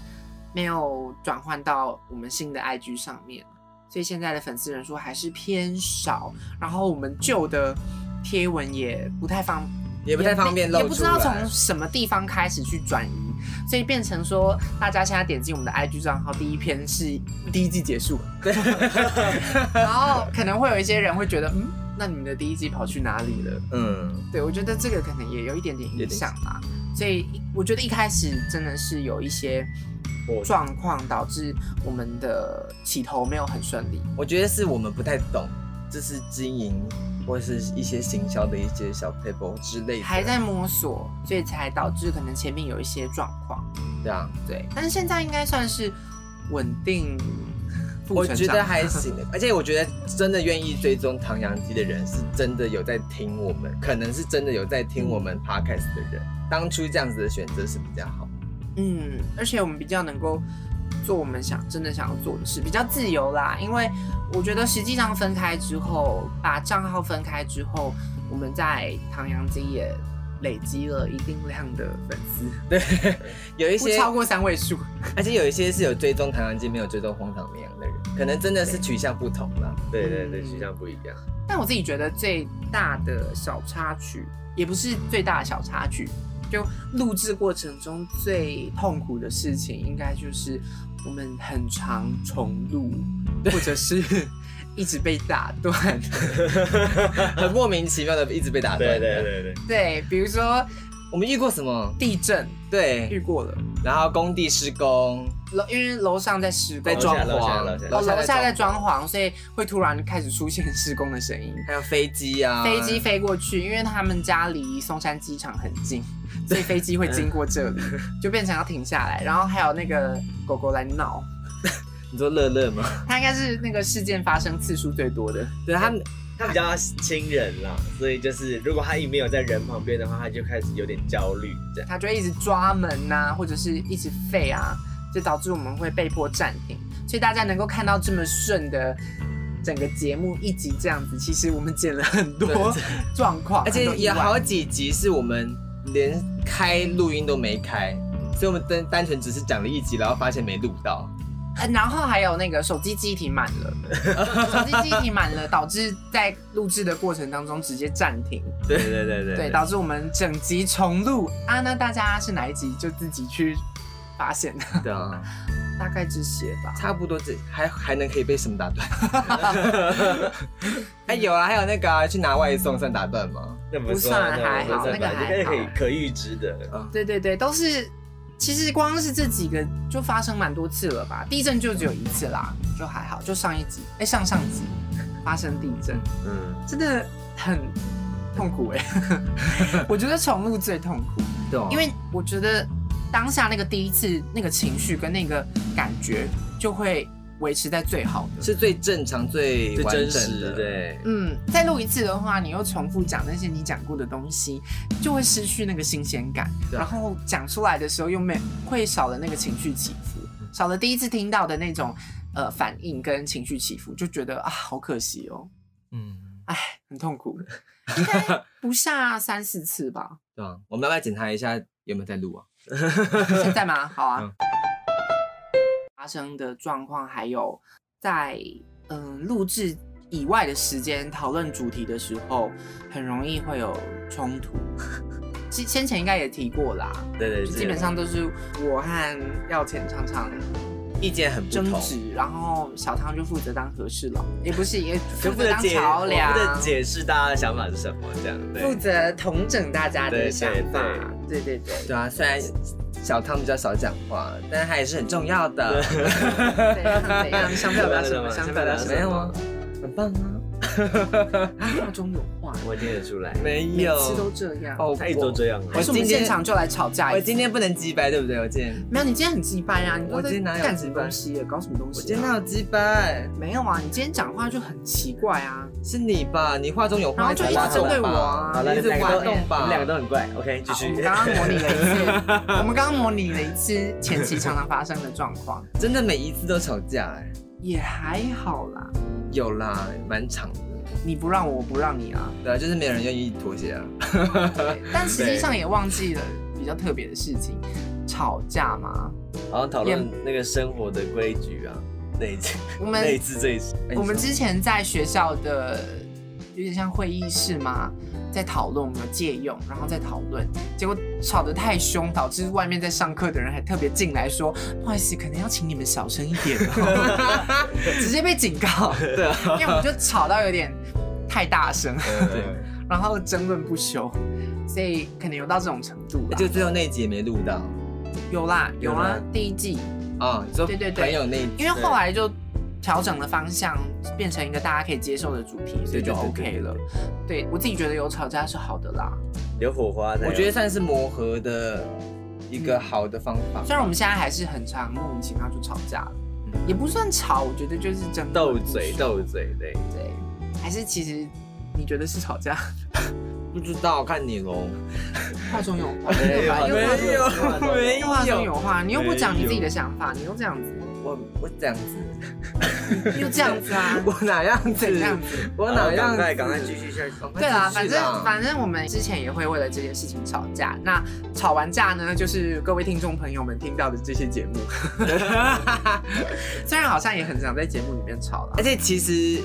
A: 没有转换到我们新的 IG 上面，所以现在的粉丝人数还是偏少，然后我们旧的贴文也不太方
C: 也不太方便露出来，
A: 也不知道从什么地方开始去转移，所以变成说，大家现在点进我们的 IG 账号，第一篇是第一季结束， [laughs] 然后可能会有一些人会觉得，嗯，那你们的第一季跑去哪里了？
C: 嗯，
A: 对我觉得这个可能也有一点点影响吧，所以我觉得一开始真的是有一些
B: 我
A: 状况导致我们的起头没有很顺利。
C: 我觉得是我们不太懂，就是经营或是一些行销的一些小 paper 之类的，
A: 还在摸索，所以才导致可能前面有一些状况。
C: 这样。
A: 对，但是现在应该算是稳定负
C: 我
A: 成长。
C: 觉得还行， [laughs] 而且我觉得真的愿意追踪唐扬鸡的人，是真的有在听我们，可能是真的有在听我们 podcast 的人。当初这样子的选择是比较好。
A: 嗯，而且我们比较能够做我们想真的想要做的事，比较自由啦。因为我觉得实际上分开之后，把账号分开之后，我们在唐扬鸡也累积了一定量的粉丝，
C: 对，有一
A: 不
C: 些，
A: 超过三位数。
C: 而且有一些是有追踪唐扬鸡，没有追踪荒唐绵羊的人，可能真的是取向不同
A: [laughs]
C: 啦。
B: 对对对，形象不一样。
A: 但我自己觉得最大的小插曲，也不是最大的小插曲，就录制过程中最痛苦的事情，应该就是我们很常重录，或者是
C: 一直被打
A: [laughs]
C: 断，很莫名其妙的一直被打
B: 对
C: 断。
B: 对对对，
C: 对，比如说我们遇过什么
A: 地震遇
C: 对，
A: 过了，
C: 然后工地施工，
A: 楼因为楼上在施工
C: 在，装
B: 楼下
C: 潢
B: 楼下，
A: 哦，楼下在
C: 潢
A: 装潢，所以会突然开始出现施工的声音。
C: 还有飞机啊，
A: 飞机飞过去，因为他们家离松山机场很
C: [laughs]
A: 近，所以飞机会经过这里，就变成要停下来。然后还有那个狗狗来闹，
C: 你说乐乐吗？
A: 它应该是那个事件发生次数最多的。
C: 对他，
B: 他比较亲人啦，所以就是如果他一没有在人旁边的话，他就开始有点焦虑这样。
A: 它就会一直抓门呐、或者是一直吠啊，就导致我们会被迫暂停。所以大家能够看到这么顺的整个节目一集这样子，其实我们剪了很多状况，
C: 而且
A: 很多意
C: 有
A: 外
C: 好几集是我们连开录音都没开，所以我们单单纯只是讲了一集，然后发现没录到。
A: 呃然后还有那个手机记忆体满了，手机记忆体满了，导致在录制的过程当中直接暂停，
B: 对对对对
A: 对，导致我们整集重录啊。那大家是哪一集就自己去发现的， [laughs]
C: 对啊，
A: 大概这些吧。
C: 差不多这还还能可以被什么打断？哎、有啊，还有那个啊、去拿外送算打断吗？
B: 那不
A: 不算还好
B: 不
A: 那
B: 算
A: 个还
B: 这
A: 好
B: 可以可预知的。
A: 对对对，都是。其实光是这几个就发生蛮多次了吧？地震就只有一次啦，就还好，就上一集，哎、上上集发生地震，
B: 嗯，
A: 真的很痛苦 [laughs] 哎、我觉得重录最痛苦。
C: 对、啊
A: 因为我觉得当下那个第一次那个情绪跟那个感觉就会维持在最好的。
C: 是最正常、最
B: 最
C: 完
B: 真
C: 整
B: 实
C: 的。，
B: 对。
A: 嗯，再录一次的话，你又重复讲那些你讲过的东西，就会失去那个新鲜感，
C: 对啊
A: 然后讲出来的时候又没会少了那个情绪起伏，少了第一次听到的那种呃反应跟情绪起伏，就觉得啊好可惜哦，
C: 嗯，
A: 哎很痛苦， [laughs] 应该不下三四次吧？
C: 对啊，我们要不要检查一下有没有在录啊？
A: 现在吗？好啊
C: 嗯。
A: 发生的状况，还有在嗯录制以外的时间讨论主题的时候，很容易会有冲突。其实先前应该也提过啦，
B: 对对，
A: 就基本上都是我和耀前常常
B: 意见很不
A: 争
B: 同，
A: 执，然后小汤就负责当和事佬，也不是也负
B: 就不
A: 责
B: 能
A: 当
B: 解，
A: 桥
B: 我
A: 梁，
B: 不能解释大家的想法是什么这样。对
A: 负责统整大家的
B: 对
A: 想
B: 对
A: 法。对对对，
C: 对啊，虽然小汤比较少讲话，但是他也是很重要的。
A: 怎样怎样，想表达
C: [laughs]
A: 什么？想表达什
C: 没有
A: 么？
C: 啊，很棒啊，
A: 啊，话中有话，
B: 我听得出来，
C: 没
A: 每次都这样。
C: 哦
B: 他一直都这样啊。
A: 还是我们
C: 今天
A: 现场就来吵架
C: 我
A: 一次？
C: 今天不能击败，对不对？我今天
A: 没有，你今天很鸡掰啊！你都
C: 我
A: 在
C: 今天哪有
A: 干什么
C: 鸡掰
A: 东西？搞什么东
C: 我
A: 西啊？
C: 今天哪有击败？
A: 没有啊！你今天讲话就很奇怪啊！
C: 是你吧？你话中有
A: 然
C: 话，
A: 后就一
C: 你才
A: 直
C: 拉
A: 针
C: 拢
A: 对我
C: 吧
A: 啊
B: 好了，
C: 你
B: 你
C: 一直
B: 们两个都
C: 玩弄吧。
B: 你们两个都很怪。OK，继
A: 好我们。
B: 续
A: 刚
B: [laughs]
A: 刚模拟了一次，
C: [laughs]
A: 我们刚刚模拟了一次前期常常发生的状况，
C: 真的每一次都吵架哎、
A: 也还好啦。
C: 有啦，蛮长的。
A: 你不让我，我不让你
C: [laughs]
A: 啊！
C: 对啊，就是没有人愿意妥协啊。
A: 对但实际上也忘记了比较特别的事情，吵架嘛。
B: 好像讨论那个生活的规矩啊，那一次，
A: 我们
B: 那一次这一次，
C: 哎
A: 我们
C: 你说
A: 之前在学校的有点像会议室嘛，在讨论我们有借用，然后再讨论，结果吵得太凶，导致外面在上课的人还特别进来说：“不好意思，可能要请你们小声一点哦。”
C: [laughs]
A: 直接被警告，
C: 对啊，
A: 因为我们就吵到有点太大声，
B: [laughs]
C: 对
B: 呃，
A: 然后争论不休，所以可能有到这种程度吧。
C: 就最后那一集也没录到
A: 有啦，有
B: 有
A: 啊
B: 吗，
A: 第一季，
C: 啊。你说
A: 对对对
C: 朋友那一集，
A: 因为后来就调整了方向，变成一个大家可以接受的主题，所以就
C: 对对对
A: OK 了。对我自己觉得有吵架是好的啦，
B: 有火花在。
C: 我觉得算是磨合的一个好的方法。
A: 虽然我们现在还是很常莫名其妙就吵架了，也不算吵，我觉得就是争论
B: 斗嘴，
A: 不爽
B: 斗嘴，对，
A: 对，还是其实你觉得是吵架，
C: 不知道，看你喽。
A: 话中有话，
B: 没有
A: 吧？又话中有话
B: 有没
C: 啊
A: 又话中有话，你又不讲你自己的想法，你又这样子，
C: 我我这
B: [laughs]
C: 样子，，
A: 你又这样子啊
C: [laughs] 我哪样子？
A: 怎样子？
C: 我哪
B: 赶
C: 样子？
B: 快赶快继续下去。
C: 赶快
A: 对啦，
C: 继
A: 啊反
C: 续
A: 正反正我们之前也会为了这件事情吵架。那吵完架呢，就是各位听众朋友们听到的这些节目， [laughs] 虽然好像也很常在节目里面吵啦哎
C: 而。且其实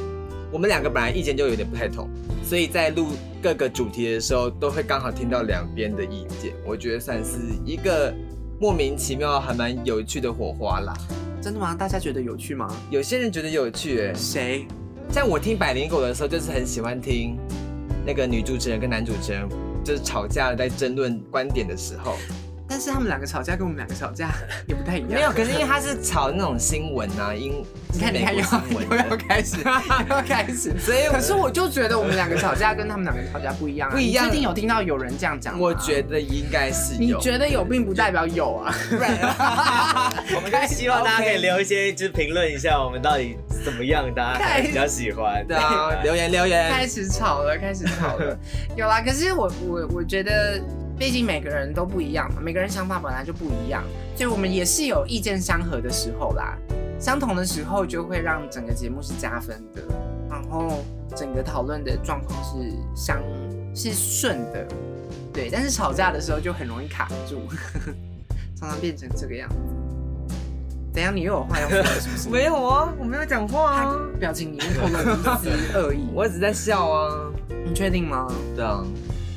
C: 我们两个本来意见就有点不太同，所以在录各个主题的时候，都会刚好听到两边的意见。我觉得算是一个莫名其妙还蛮有趣的火花啦。
A: 真的吗？大家觉得有趣吗？
C: 有些人觉得有趣、欸，
A: 谁？
C: 像我听百灵果的时候，就是很喜欢听那个女主持人跟男主持人就是吵架在争论观点的时候，
A: 但是他们两个吵架跟我们两个吵架 [laughs] 也不太一样。
C: 没有，可是因为他是吵那种新闻啊，英
A: 你看，
C: 是
A: 你
C: 美
A: 看
C: 国
A: 又
C: 新
A: 要
C: 闻
A: 又要
C: 的，
A: 开始，又要开
C: [laughs]
A: 始。
C: 所以
A: 可是我就觉得我们两个吵架跟他们两个吵架不一样、啊。
C: 不一样
A: 你最近有听到有人这样讲吗？
C: 我觉得应该是
A: 你
C: 有，
A: 觉得有，并不代表有啊。
C: 不然
B: 我们就希望大家可以留一些，就是评论一下我们到底怎么样，大家还比较喜欢。
C: 对啊，留言留言，
A: 开始吵了，开始吵
C: [laughs]
A: 了。有啦，可是我我我觉得，毕竟每个人都不一样嘛，每个人想法本来就不一样，所以我们也是有意见相合的时候啦。相同的时候就会让整个节目是加分的，然后整个讨论的状况是相是顺的，对。但是吵架的时候就很容易卡住， [laughs] 常常变成这个样子。怎样？你又有话要说了是不是？
C: 没有啊， [laughs] 我没有讲话
A: 他
C: 啊，
A: 表情里面透露一丝恶意。
C: [laughs] 我只在笑啊，
A: 你确定吗？
C: 对啊，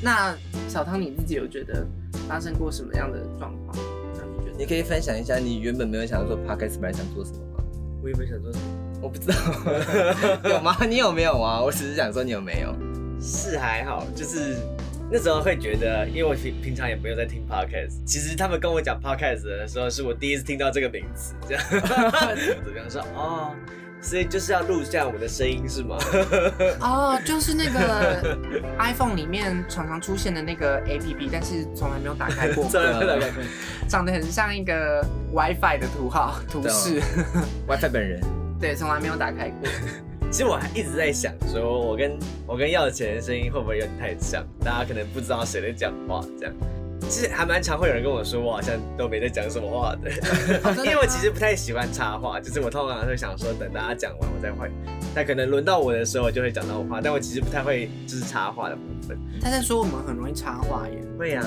A: 那小汤你自己有觉得发生过什么样的状况？让你觉得
C: 你可以分享一下你原本没有想要做 podcast，本来想做什么吗？
B: 我也没想说什么，
C: 我不知道， [laughs] 有吗？你有没有啊？我只是想说你有没有。
B: 是还好，就是那时候会觉得，因为我平平常也没有在听 podcast，其实他们跟我讲 podcast 的时候，是我第一次听到这个名词，这样， [laughs] 怎么样说哦，所以就是要录下我的声音是 [laughs] 吗？，
A: 哦，就是那个 iPhone 里面常常出现的那个 APP，但是从来没有打开过
B: [laughs] 真的感觉
A: 长得很像一个 WiFi 的图号图示，
C: WiFi 本人，
A: [laughs] 对，从来没有打开过。
B: 其实我还一直在想，说我跟我跟耀钱的声音会不会有点太像？大家可能不知道谁在讲话，这样。其实还蛮常会有人跟我说，我好像都没在讲什么话的，
A: 哦
B: 因为我其实不太喜欢插话，就是我通常会想说等大家讲完我再换，但可能轮到我的时候我就会讲到我话，但我其实不太会就是插话的部分。
A: 他在说我们很容易插话耶，
B: 会 [laughs] 啊，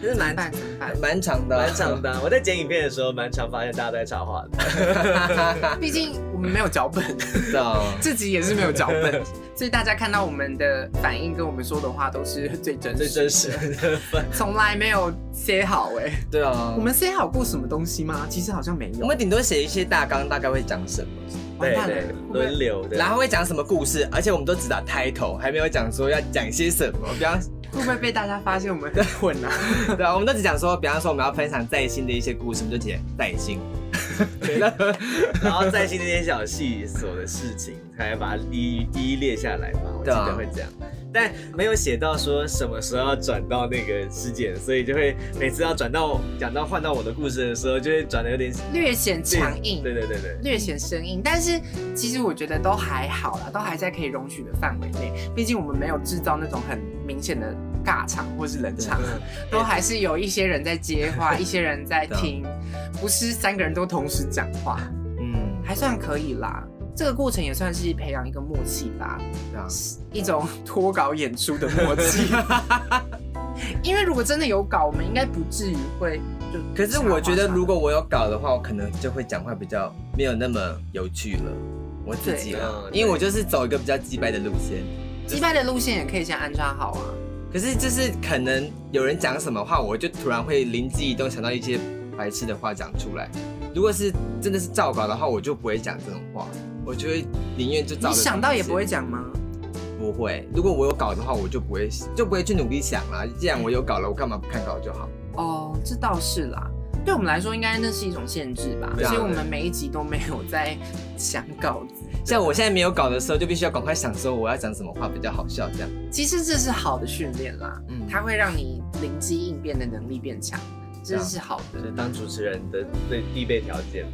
C: 就是
A: 怎么 [laughs]
C: 蛮
A: 办怎么办？
C: 蛮长的啊，
B: 蛮常的啊。我在剪影片的时候，蛮常发现大家都在插话的。
A: 毕竟我们没有脚本，
C: 的哦。
A: 自己也是没有脚本，所以大家看到我们的反应跟我们说的话都 [laughs] 是最真实，
B: 最真实，的分，
A: 从来没有写好哎、
C: 对啊，
A: 我们 say 好过什么东西吗？其实好像没有。
C: 我们顶多写一些大纲，大概会讲什么，
A: 完
B: 对
A: 蛋了
B: 对
A: 会不，会
B: 轮流的。
C: 然后会讲什么故事，而且我们都只打 title，还没有讲说要讲些什 [laughs] 么。比方，
A: 会不会被大家发现我们很混啊？
C: 对啊，我们都只讲说，比方说我们要分享在新的一些故事，我们就写在新。 [laughs]
B: 然后在心这些小细琐的事情，才把它一一一列下来吧。我记
C: 对啊
B: 得会这样，但没有写到说什么时候要转到那个事件，所以就会每次要转到讲到换到我的故事的时候，就会转的有点
A: 略显强硬，
B: 对对对对，
A: 略显生硬，但是其实我觉得都还好啦，都还在可以容许的范围内。毕竟我们没有制造那种很明显的尬场或是冷场，都还是有一些人在接话，一些人在听，不是三个人都同时讲话，
C: 嗯，
A: 还算可以啦。这个过程也算是培养一个默契吧。
C: 对啊，
A: 一种脱稿演出的默契。 [laughs] 因为如果真的有稿，我们应该不至于会就。
C: 可是我觉得如果我有搞的话，我可能就会讲话比较没有那么有趣了，我自己了，
A: 嗯
B: 对
C: 因为我就是走一个比较鸡掰的路线。
A: 击败的路线也可以先安插好啊。
C: 可是就是可能有人讲什么话，我就突然会灵机一动想到一些白痴的话讲出来。如果是真的是照稿的话，我就不会讲这种话，我就会宁愿就照
A: 你
C: 着
A: 想到也不会
C: 东
A: 讲吗？
C: 西不会。如果我有稿的话，我就不会就不会去努力想啦。既然我有稿了，我干嘛不看稿就好？
A: 哦，这倒是啦。对我们来说，应该那是一种限制吧。
C: 对啊
A: 所以我们每一集都没有在想稿子。
C: 像我现在没有稿的时候，就必须要赶快想说我要讲什么话比较好笑这样。
A: 其实这是好的训练啦，
C: 嗯，
A: 它会让你灵机应变的能力变强，这
C: 啊
A: 是好的。
B: 就是当主持人的最必备条件。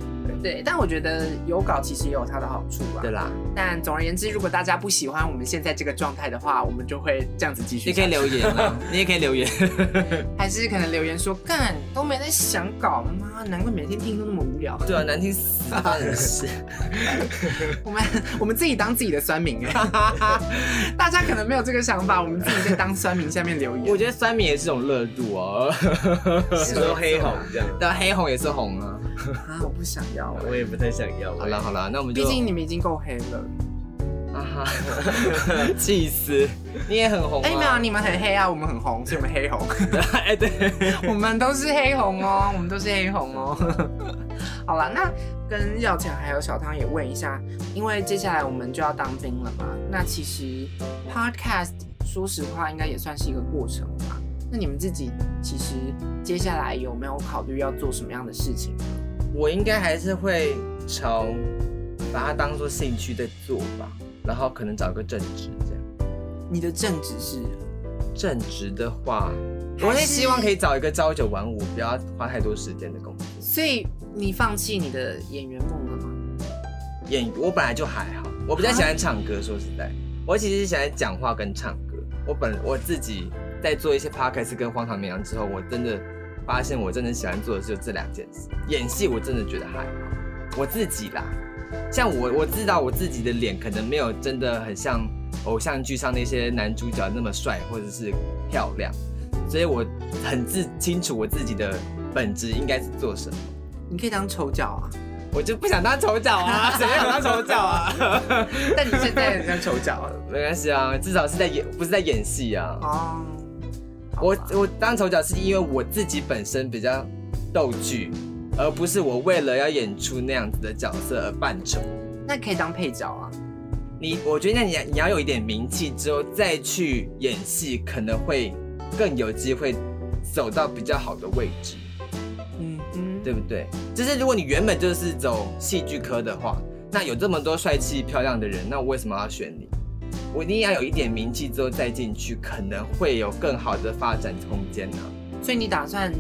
A: 对，但我觉得有稿其实也有它的好处啊啦
C: 对。啦，
A: 但总而言之，如果大家不喜欢我们现在这个状态的话，我们就会这样子继续
C: 你
A: 下去。
C: 可以留言啊，你也可以留言。
A: 还是可能留言说，干都没在想搞，妈，难怪每天听都那么无聊。
C: [laughs] 对啊，难听死 [laughs] 当然是。
A: 我们我们自己当自己的酸民
C: [laughs]
A: 哎、大家可能没有这个想法，我们自己在当酸民下面留
C: 我
A: 言。
C: 觉得酸民也是种热度哦，
A: 是
C: 啊 [laughs]
B: 说黑红这样，
C: 但黑红也是红啊。
A: 啊，我不想要哎、
B: 我也不太想要。
C: 好了好了，那我们就
A: 毕竟你们已经够黑了。
C: 啊哈， [laughs] 气死！你也很红、啊，
A: 哎、没有，你们很黑啊，我们很红，所以我们黑红。
C: [laughs] 哎对，
A: [laughs] 我们都是黑红哦，我们都是黑红哦。好了，那跟耀强还有小汤也问一下，因为接下来我们就要当兵了嘛。那其实 podcast 说实话应该也算是一个过程吧。那你们自己其实接下来有没有考虑要做什么样的事情？
C: 我应该还是会朝把它当做兴趣在做吧，然后可能找个正职这样。
A: 你的正职是
C: 正职的话，我会希望可以找一个朝九晚五，不要花太多时间的工作。
A: 所以你放弃你的演员梦了吗？
C: 演我本来就还好，我比较喜欢唱歌。说实在，我其实是喜欢讲话跟唱歌。我本我自己在做一些 podcast 跟荒唐绵羊之后，我真的发现我真的喜欢做的是这两件事。演戏我真的觉得还好，我自己啦。像我我知道我自己的脸可能没有真的很像偶像剧上那些男主角那么帅或者是漂亮，所以我很自清楚我自己的本质应该是做什么。
A: 你可以当丑角啊， [laughs]
C: 我就不想当丑角啊， [laughs] 谁想当丑角啊？
A: 但你现在很像丑角了
C: 没关系啊，至少是在演，不是在演戏啊。
A: 哦。好
C: 我
A: 吧
C: 我当丑角是因为我自己本身比较逗趣，而不是我为了要演出那样子的角色而扮丑。
A: 那可以当配角啊，
C: 你，我觉得那你你要有一点名气之后再去演戏，可能会更有机会走到比较好的位置。
A: 嗯嗯，
C: 对不对？就是如果你原本就是走戏剧科的话，那有这么多帅气漂亮的人，那我为什么要选你？我一定要有一点名气之后再进去，可能会有更好的发展空间啊呢、
A: 所以你打算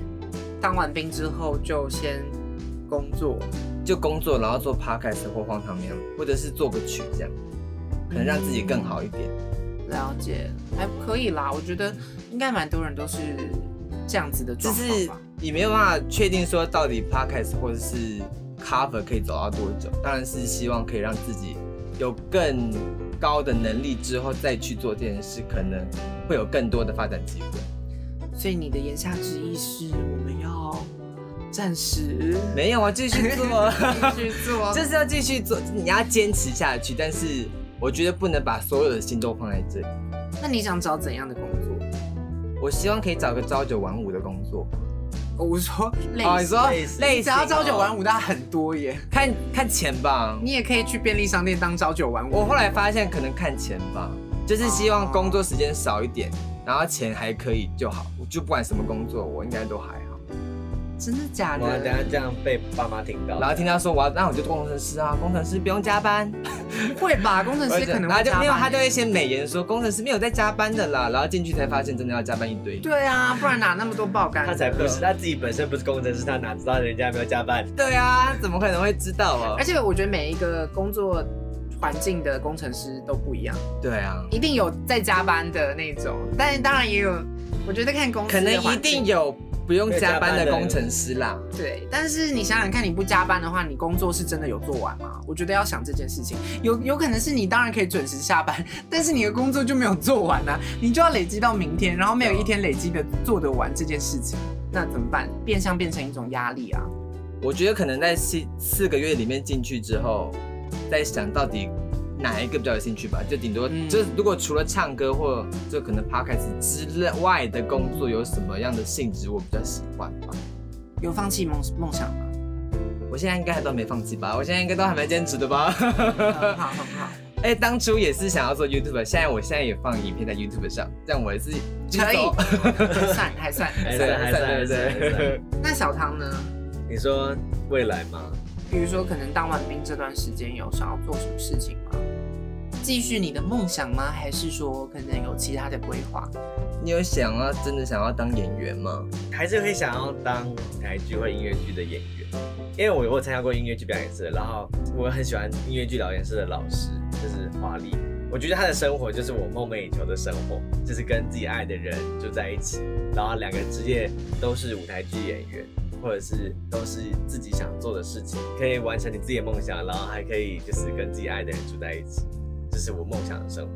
A: 当完兵之后就先工作？
C: 就工作，然后做 podcast 或荒唐面，或者是做个曲这样，可能让自己更好一点。
A: 嗯了解，还可以啦，我觉得应该蛮多人都是这样子的
C: 就
A: 状况
C: 是
A: 吧。
C: 你没有办法确定说到底 podcast 或者是 cover 可以走到多久，当然是希望可以让自己有更高的能力之后再去做这件事，可能会有更多的发展机会。
A: 所以你的言下之意是，我们要暂
C: [laughs]
A: 时
C: 没有啊，继续做，
A: 去做，
C: 就是要继续做，你要坚持下去。但是我觉得不能把所有的心都放在这里。
A: 那你想找怎样的工作？
C: 我希望可以找个朝九晚五的工作。
A: 哦我说类
C: 哦，你
A: 似，
C: 说
B: 类似
C: 类
A: 你只
C: 似
A: 要朝九晚
C: 五，
A: 五，那很多耶。
C: 看看钱吧。
A: 你也可以去便利商店当朝九晚五。
C: 我后来发现可能看钱吧，就是希望工作时间少一点，然后钱还可以就好。我就不管什么工作，我应该都还好。
A: 真的假
B: 哇，等一
A: 的？
B: 下这样被爸妈听到，
C: 然后听到说我要，那我就做工程师啊，工程师不用加班。
A: 会吧，工程师可能
C: 然
A: 会
C: 后就
A: 加
C: 没有，
A: 班
C: 他就
A: 耶
C: 会先美言说工程师没有在加班的啦。然后进去才发现真的要加班一堆。
A: 对啊，不然哪那么多爆肝？
B: 他才
C: 嗯
B: 不是，他自己本身不是工程师，他哪知道人家有没有加班？
C: 对啊，怎么可能会知道啊
A: 而？且我觉得每一个工作环境的工程师都不一样，
C: 对啊，
A: 一定有在加班的那种，但当然也有，我觉得看公司
C: 可能一定
A: 有
C: 有不用加班的工程师啦。
A: 对。但是你想想看，你不加班的话，你工作是真的有做完吗？我觉得要想这件事情，有有可能是你当然可以准时下班， [laughs] 但是你的工作就没有做完啊，你就要累积到明天，然后没有一天累积的做得完这件事情，那怎么办？变相变成一种压力啊。
C: 我觉得可能在四四个月里面进去之后，再想到底哪一个比较有兴趣吧。就顶多、
A: 嗯
C: 就是如果除了唱歌或就可能 podcast 之外的工作有什么样的性质我比较喜欢吧。
A: 有放弃梦梦想吗？ [laughs]
C: 我现在应该还都没放弃吧，我现在应该都还蛮坚持的吧。 [laughs]
A: 很嗯好很好，
C: 哎、当初也是想要做 YouTube，现在我现在也放影片在 YouTube 上，这样我也是
A: 可以， [laughs] 还算还算。
B: 还
C: 对
B: 算还算还
C: 对
B: 算
C: 对
B: 还
C: 对
B: 算。。
A: 那小唐呢？
B: 你说未来吗？
A: 比如说，可能当完兵这段时间有想要做什么事情吗？
D: 继续你的梦想吗？还是说可能有其他的规划？
C: [laughs] 你有想要真的想要当演
A: [laughs]
C: 员吗？
B: 还是会想要当舞台剧或音乐剧的演员，因为我有参加过音乐剧表演社，然后我很喜欢音乐剧表演社的老师，就是华丽。我觉得他的生活就是我梦寐以求的生活，就是跟自己爱的人住在一起，然后两个职业都是舞台剧演员，或者是都是自己想做的事情，可以完成你自己的梦想，然后还可以就是跟自己爱的人住在一起，这是我梦想的生活。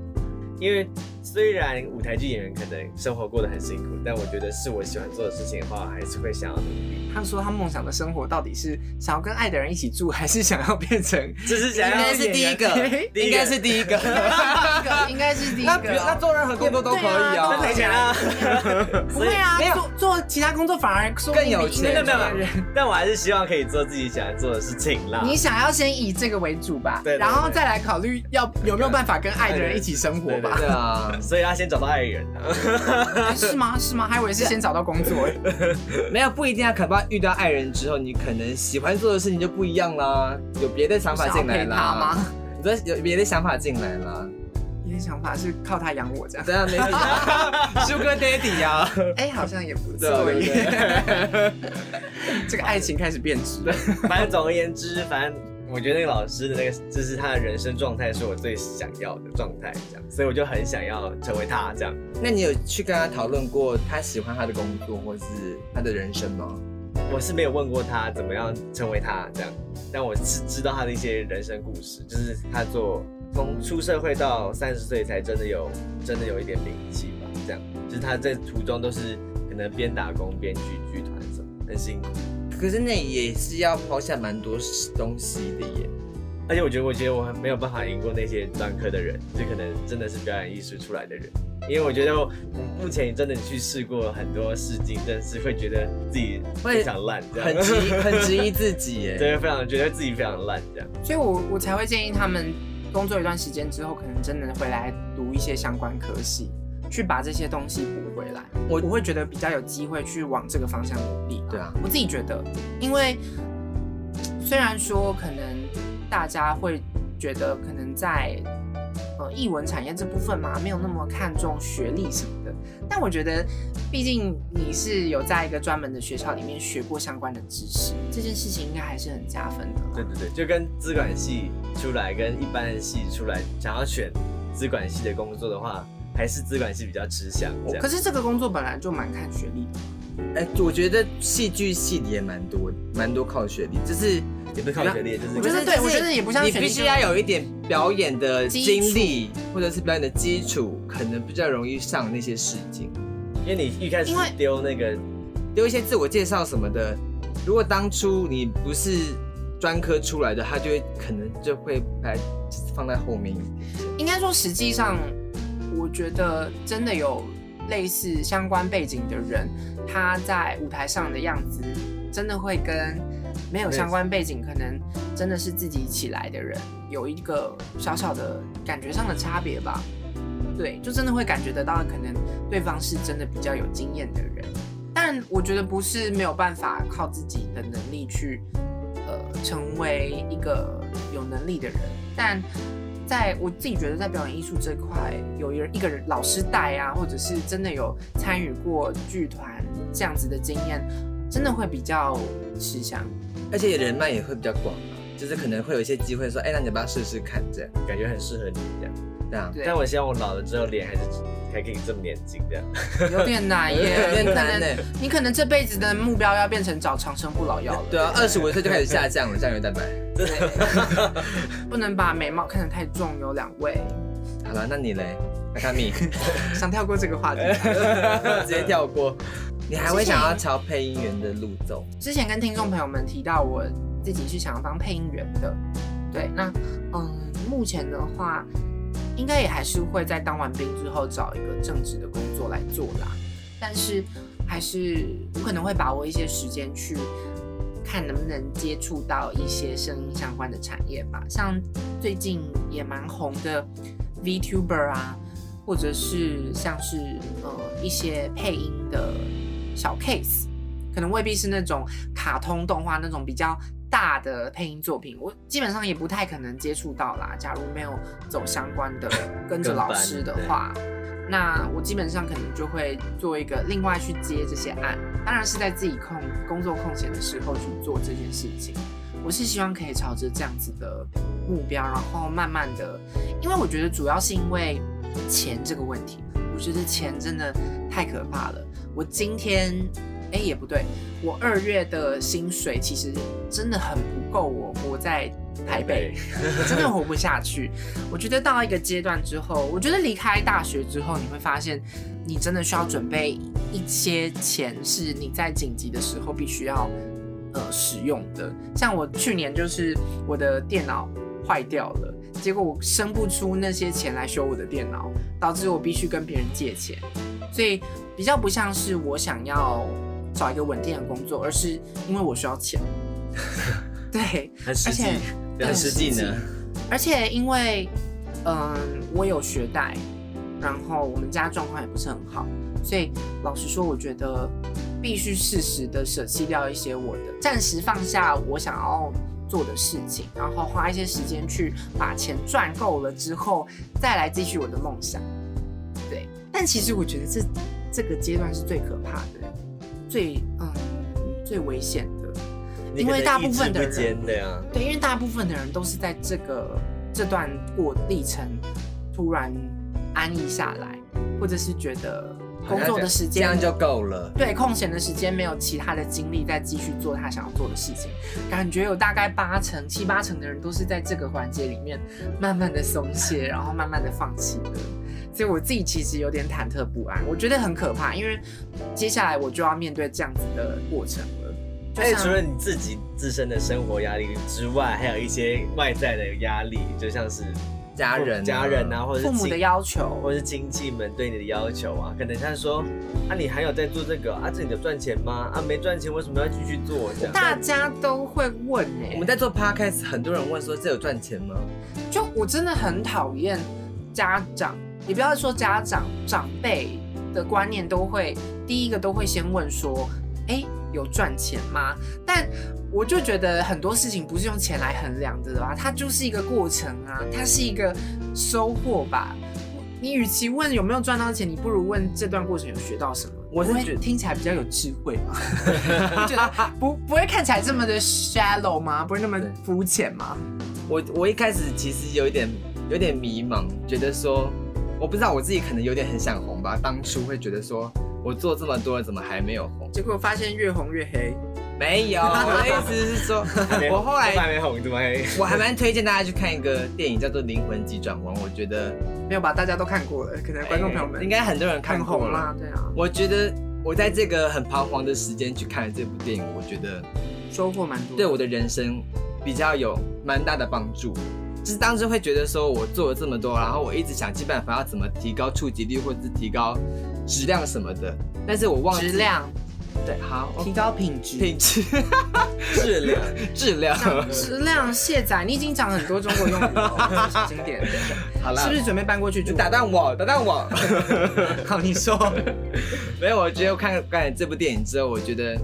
B: 因为虽然舞台剧演员可能生活过得很辛苦，但我觉得是我喜欢做的事情的话，还是会想要努力。
A: 他说他梦想的生活到底是想要跟爱的人一起住， [laughs] 还是想要变成
B: 就是想
C: 应
B: 要
A: [laughs]
C: 该是第一个，应该是第一个。
A: 应该
E: 是第一
C: 那不
E: 个
C: 那
E: 啊。
C: 做任何工作都可以
B: 那
C: 啊
B: 赔。钱啊！
A: 不会啊
C: 没，有
A: 做做其他工作反而说
C: 更有钱
A: 那
B: 没有没有没有 [laughs] 但我还是希望可以做自己想做的事情啦。
A: 你想要先以这个为主吧，
B: 对对对
A: 然后再来考虑要有没有办法跟爱的人一起生活吧？
C: 对啊，
B: 所以要先找到爱人啊。
A: 哎 [laughs] 是吗？是吗？还以为是先找到工作，哎
C: [laughs] 没有不一定啊，可怕遇到爱人之后，你可能喜欢做的事情就不一样啦，有别的想法
A: 想要
C: 进
A: 陪
C: 来
A: 他
C: 啦
A: 吗。？ [laughs]
C: 你说有别的想法进来啦，
A: 你的想法是靠他养我这样？[laughs]
C: 对啊，没有 [laughs] Sugar Daddy 啊呀，
A: 哎，好像也不
C: 对啊
A: 错
C: 对不
A: 耶。
C: 对？
A: 啊 [laughs] 这个爱情开始变质了。
B: 反正总而言之，反正我觉得那个老师的那个，就是他的人生状态是我最想要的状态，这样，所以我就很想要成为他这样。
C: 那你有去跟他讨论过他喜欢他的工作或是他的人生吗？
B: 我是没有问过他怎么样成为他这样，但我是知道他的一些人生故事，就是他做从出社会到三十岁才真的有真的有一点名气吧，这样，就是他在途中都是可能边打工边去剧团什么，很辛苦。
C: 可是那也是要抛下蛮多东西的 [laughs] 耶。
B: 而且我觉得，我觉得我没有办法赢过那些专科的人，就可能真的是表演艺术出来的人，因为我觉得我目前真的去试过很多试镜，真的是会觉得自己非常烂，这样
C: 很质疑，很质疑自己耶。
B: 对，非常觉得自己非常烂这样。
A: 所以我我才会建议他们工作一段时间之后，可能真的回来读一些相关科系，去把这些东西补回来。我我会觉得比较有机会去往这个方向努力。
C: 对啊，
A: 我自己觉得，因为嗯虽然说可能大家会觉得可能在呃译文产业这部分嘛，没有那么看重学历什么的，但我觉得，毕竟你是有在一个专门的学校里面学过相关的知识，这件事情应该还是很加分的啦。
B: 对对对，就跟资管系出来跟一般的系出来，想要选资管系的工作的话，还是资管系比较吃香这样
A: 可。是这个工作本来就蛮看学历的，
C: 哎，我觉得戏剧系的也蛮多，蛮多靠学历，就是
B: 也不是靠学历，就是
A: 我觉得对我觉得也不像
C: 你
A: 学历
C: 必须
A: 就
C: 要有一点表演的
A: 基
C: 经历，或者是表演的基础，可能比较容易上那些试镜，
B: 因为你一开始
A: 因为
B: 丢那个
C: 丢一些自我介绍什么的。如果当初你不是专科出来的，他就会可能就会来放在后面一点。
A: 应该说实际上，我觉得真的有类似相关背景的人，他在舞台上的样子，真的会跟没有相关背景，可能真的是自己起来的人，有一个小小的感觉上的差别吧。对，就真的会感觉得到，可能对方是真的比较有经验的人。但我觉得不是没有办法靠自己的能力去，呃，成为一个有能力的人。但在我自己觉得，在表演艺术这块，有一人一个人老师带啊，或者是真的有参与过剧团这样子的经验，真的会比较吃香。
C: 而且人脉也会比较广啊，就是可能会有一些机会说，哎、那你要不要试试看这样？
B: 感觉很适合你这样，
C: 这样，
A: 对，
B: 但我希望我老了之后脸还是还可以这么年轻这样。
A: 有
C: [laughs]
A: 点难耶，
C: 有点
A: 你可
C: 难欸
A: 能
C: 呢。
A: 你可能这辈子的目标要变成找长生不老药了，
C: 对啊，二十五岁就开始下降了，酱油蛋白。啊
A: [laughs] 不能把美貌看得太重哟。两位
C: 好了，那你嘞，那
A: [laughs]
C: 卡米
A: 想跳过这个话
C: [laughs]
A: 题，
C: 直接跳过。你还会想要朝配音员的路
A: [laughs]
C: 走？
A: 之前跟听众朋友们提到，我自己是想要当配音员的。对，那嗯，目前的话，应该也还是会在当完兵之后找一个正职的工作来做啦。但是还是我可能会把握一些时间去看能不能接触到一些声音相关的产业吧，像最近也蛮红的 VTuber 啊，或者是像是呃一些配音的小 case。可能未必是那种卡通动画那种比较大的配音作品，我基本上也不太可能接触到啦。假如没有走相关的跟着老师的话，那我基本上可能就会做一个另外去接这些案，当然是在自己空工作空闲的时候去做这件事情。我是希望可以朝着这样子的目标，然后慢慢的，因为我觉得主要是因为钱这个问题，我觉得钱真的太可怕了。我今天，哎、也不对，我二月的薪水其实真的很不够我活在台北， [laughs] 真的活不下去。我觉得到一个阶段之后，我觉得离开大学之后，你会发现，你真的需要准备一些钱，是你在紧急的时候必须要呃使用的。像我去年就是我的电脑坏掉了，结果我生不出那些钱来修我的电脑，导致我必须跟别人借钱，所以比较不像是我想要找一个稳定的工作，而是因为我需要
B: [laughs]
A: 钱。对，
B: 很实
A: 而
B: 际
A: 且，
B: 很实际呢。
A: 而且因为，嗯，我有学贷，然后我们家状况也不是很好，所以老实说，我觉得必须适时的舍弃掉一些我的，暂时放下我想要做的事情，然后花一些时间去把钱赚够了之后，再来继续我的梦想。对，但其实我觉得这这个阶段是最可怕的，最嗯最危险的。
B: 你
A: 因
B: 可
A: 为
B: 能
A: 大
B: 意
A: 部
B: 志
A: 分的
B: 不坚
A: 人
B: 的啊呀，
A: 对，因为大部分的人都是在这个这段过历程突然安逸下来，或者是觉得工作的时
C: 这
A: 间
C: 样就够了。
A: 对空闲的时间没有其他的精力再继续做他想要做的事情，感觉有大概八成七八成的人都是在这个环节里面慢慢的松懈，然后慢慢的放弃的。所以我自己其实有点忐忑不安，我觉得很可怕，因为接下来我就要面对这样子的过程了。就
C: 哎
B: 而且
A: 像
B: 除了你自己自身的生活压力之外，还有一些外在的压力，就像是
C: 家
A: 哦
C: 人啊
B: 家人啊，或者是
A: 父母
B: 亲
A: 的要求，
B: 或是亲戚们对你的要求啊，可能他说啊，你还有在做这个啊，这你有赚钱吗？啊，没赚钱，为什么要继续做？这样，
A: 大家都会问哎、
C: 我们在做 podcast，很多人问说这有赚钱吗？
A: 就我真的很讨厌家长，也不要说家长长辈的观念都会，第一个都会先问说，哎、有赚钱吗？但我就觉得很多事情不是用钱来衡量的啊，它就是一个过程啊，它是一个收获吧。你与其问有没有赚到钱，你不如问这段过程有学到什么。
C: 我是
A: 不会
C: 觉得
A: 听起来比较有智慧
C: [laughs]
A: 嘛，我觉得不不会看起来这么的 shallow 吗？不会那么
C: 对
A: 肤浅吗？
C: 我我一开始其实有一点有点迷茫，觉得说我不知道我自己可能有点很想红吧。当初会觉得说我做这么多了，怎么还没有红？
A: 结果发现越红越黑。
C: 没有，我的意思是说，我后
B: 都还
C: 来
B: 没红，怎么还？
C: 我还蛮推荐大家去看一个电影叫做《灵魂急转弯》，我觉得
A: 没有吧？大家都看过了，可能哎观众朋友们
C: 哎应该很多人看
A: 看
C: 过
A: 红
C: 了
A: 啦。，对啊，
C: 我觉得我在这个很彷徨的时间去看了这部电影，我觉得
A: 收获蛮多。
C: 对我的人生比较有蛮大的帮助。就是当时会觉得说，我做了这么多，然后我一直想尽办法要怎么提高触及率或者是提高质量什么的，但是我忘记
A: 质量哦
C: 对好
F: 提高品质。
C: 品质
B: 质量，
C: [laughs] 质量
A: 像质量卸载，你已经讲很多中国用语了，小心点，
C: 好啦
A: 是不是准备搬过去
C: 你
A: 住？
C: 打断我，打断我。
A: 好，你 [laughs] 说，
C: [laughs] 没有，我觉得我看看了这部电影之后，我觉得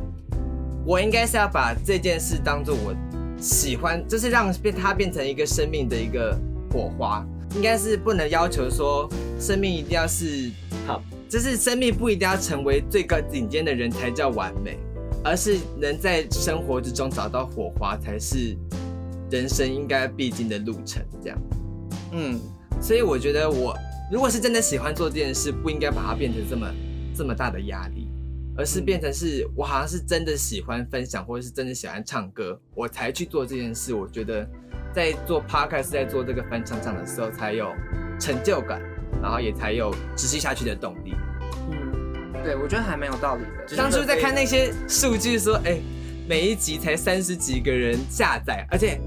C: 我应该是要把这件事当做我喜欢，就是让变它变成一个生命的一个火花。应该是不能要求说生命一定要是
B: 好，
C: 就是生命不一定要成为最高顶尖的人才叫完美，而是能在生活之中找到火花，才是人生应该必经的路程。这样，嗯，所以我觉得我如果是真的喜欢做这件事，不应该把它变成这么这么大的压力，而是变成是我好像是真的喜欢分享，或者是真的喜欢唱歌，我才去做这件事。我觉得在做 podcast，在做这个翻唱唱的时候，才有成就感，然后也才有持续下去的动力。
A: 嗯，对我觉得还蛮有道理的。
B: 就是
C: 当初在看那些数据说，哎、每一集才三十几个人下载，而且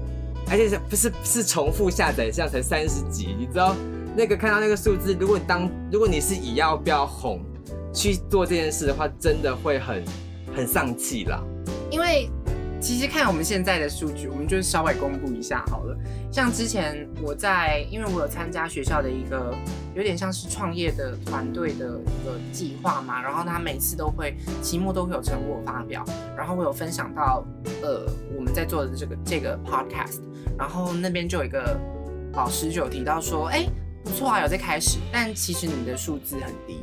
C: 而且是不是是重复下载这样才三十集？你知道那个看到那个数字，如果你当如果你是以要不要红去做这件事的话，真的会很很丧气啦。
A: 因为其实看我们现在的数据，我们就稍微公布一下好了。像之前我在，因为我有参加学校的一个有点像是创业的团队的一个计划嘛，然后他每次都会期末都会有成果发表，然后我有分享到呃我们在做的这个这个 podcast，然后那边就有一个老师就有提到说，哎、不错啊，有在开始，但其实你的数字很低，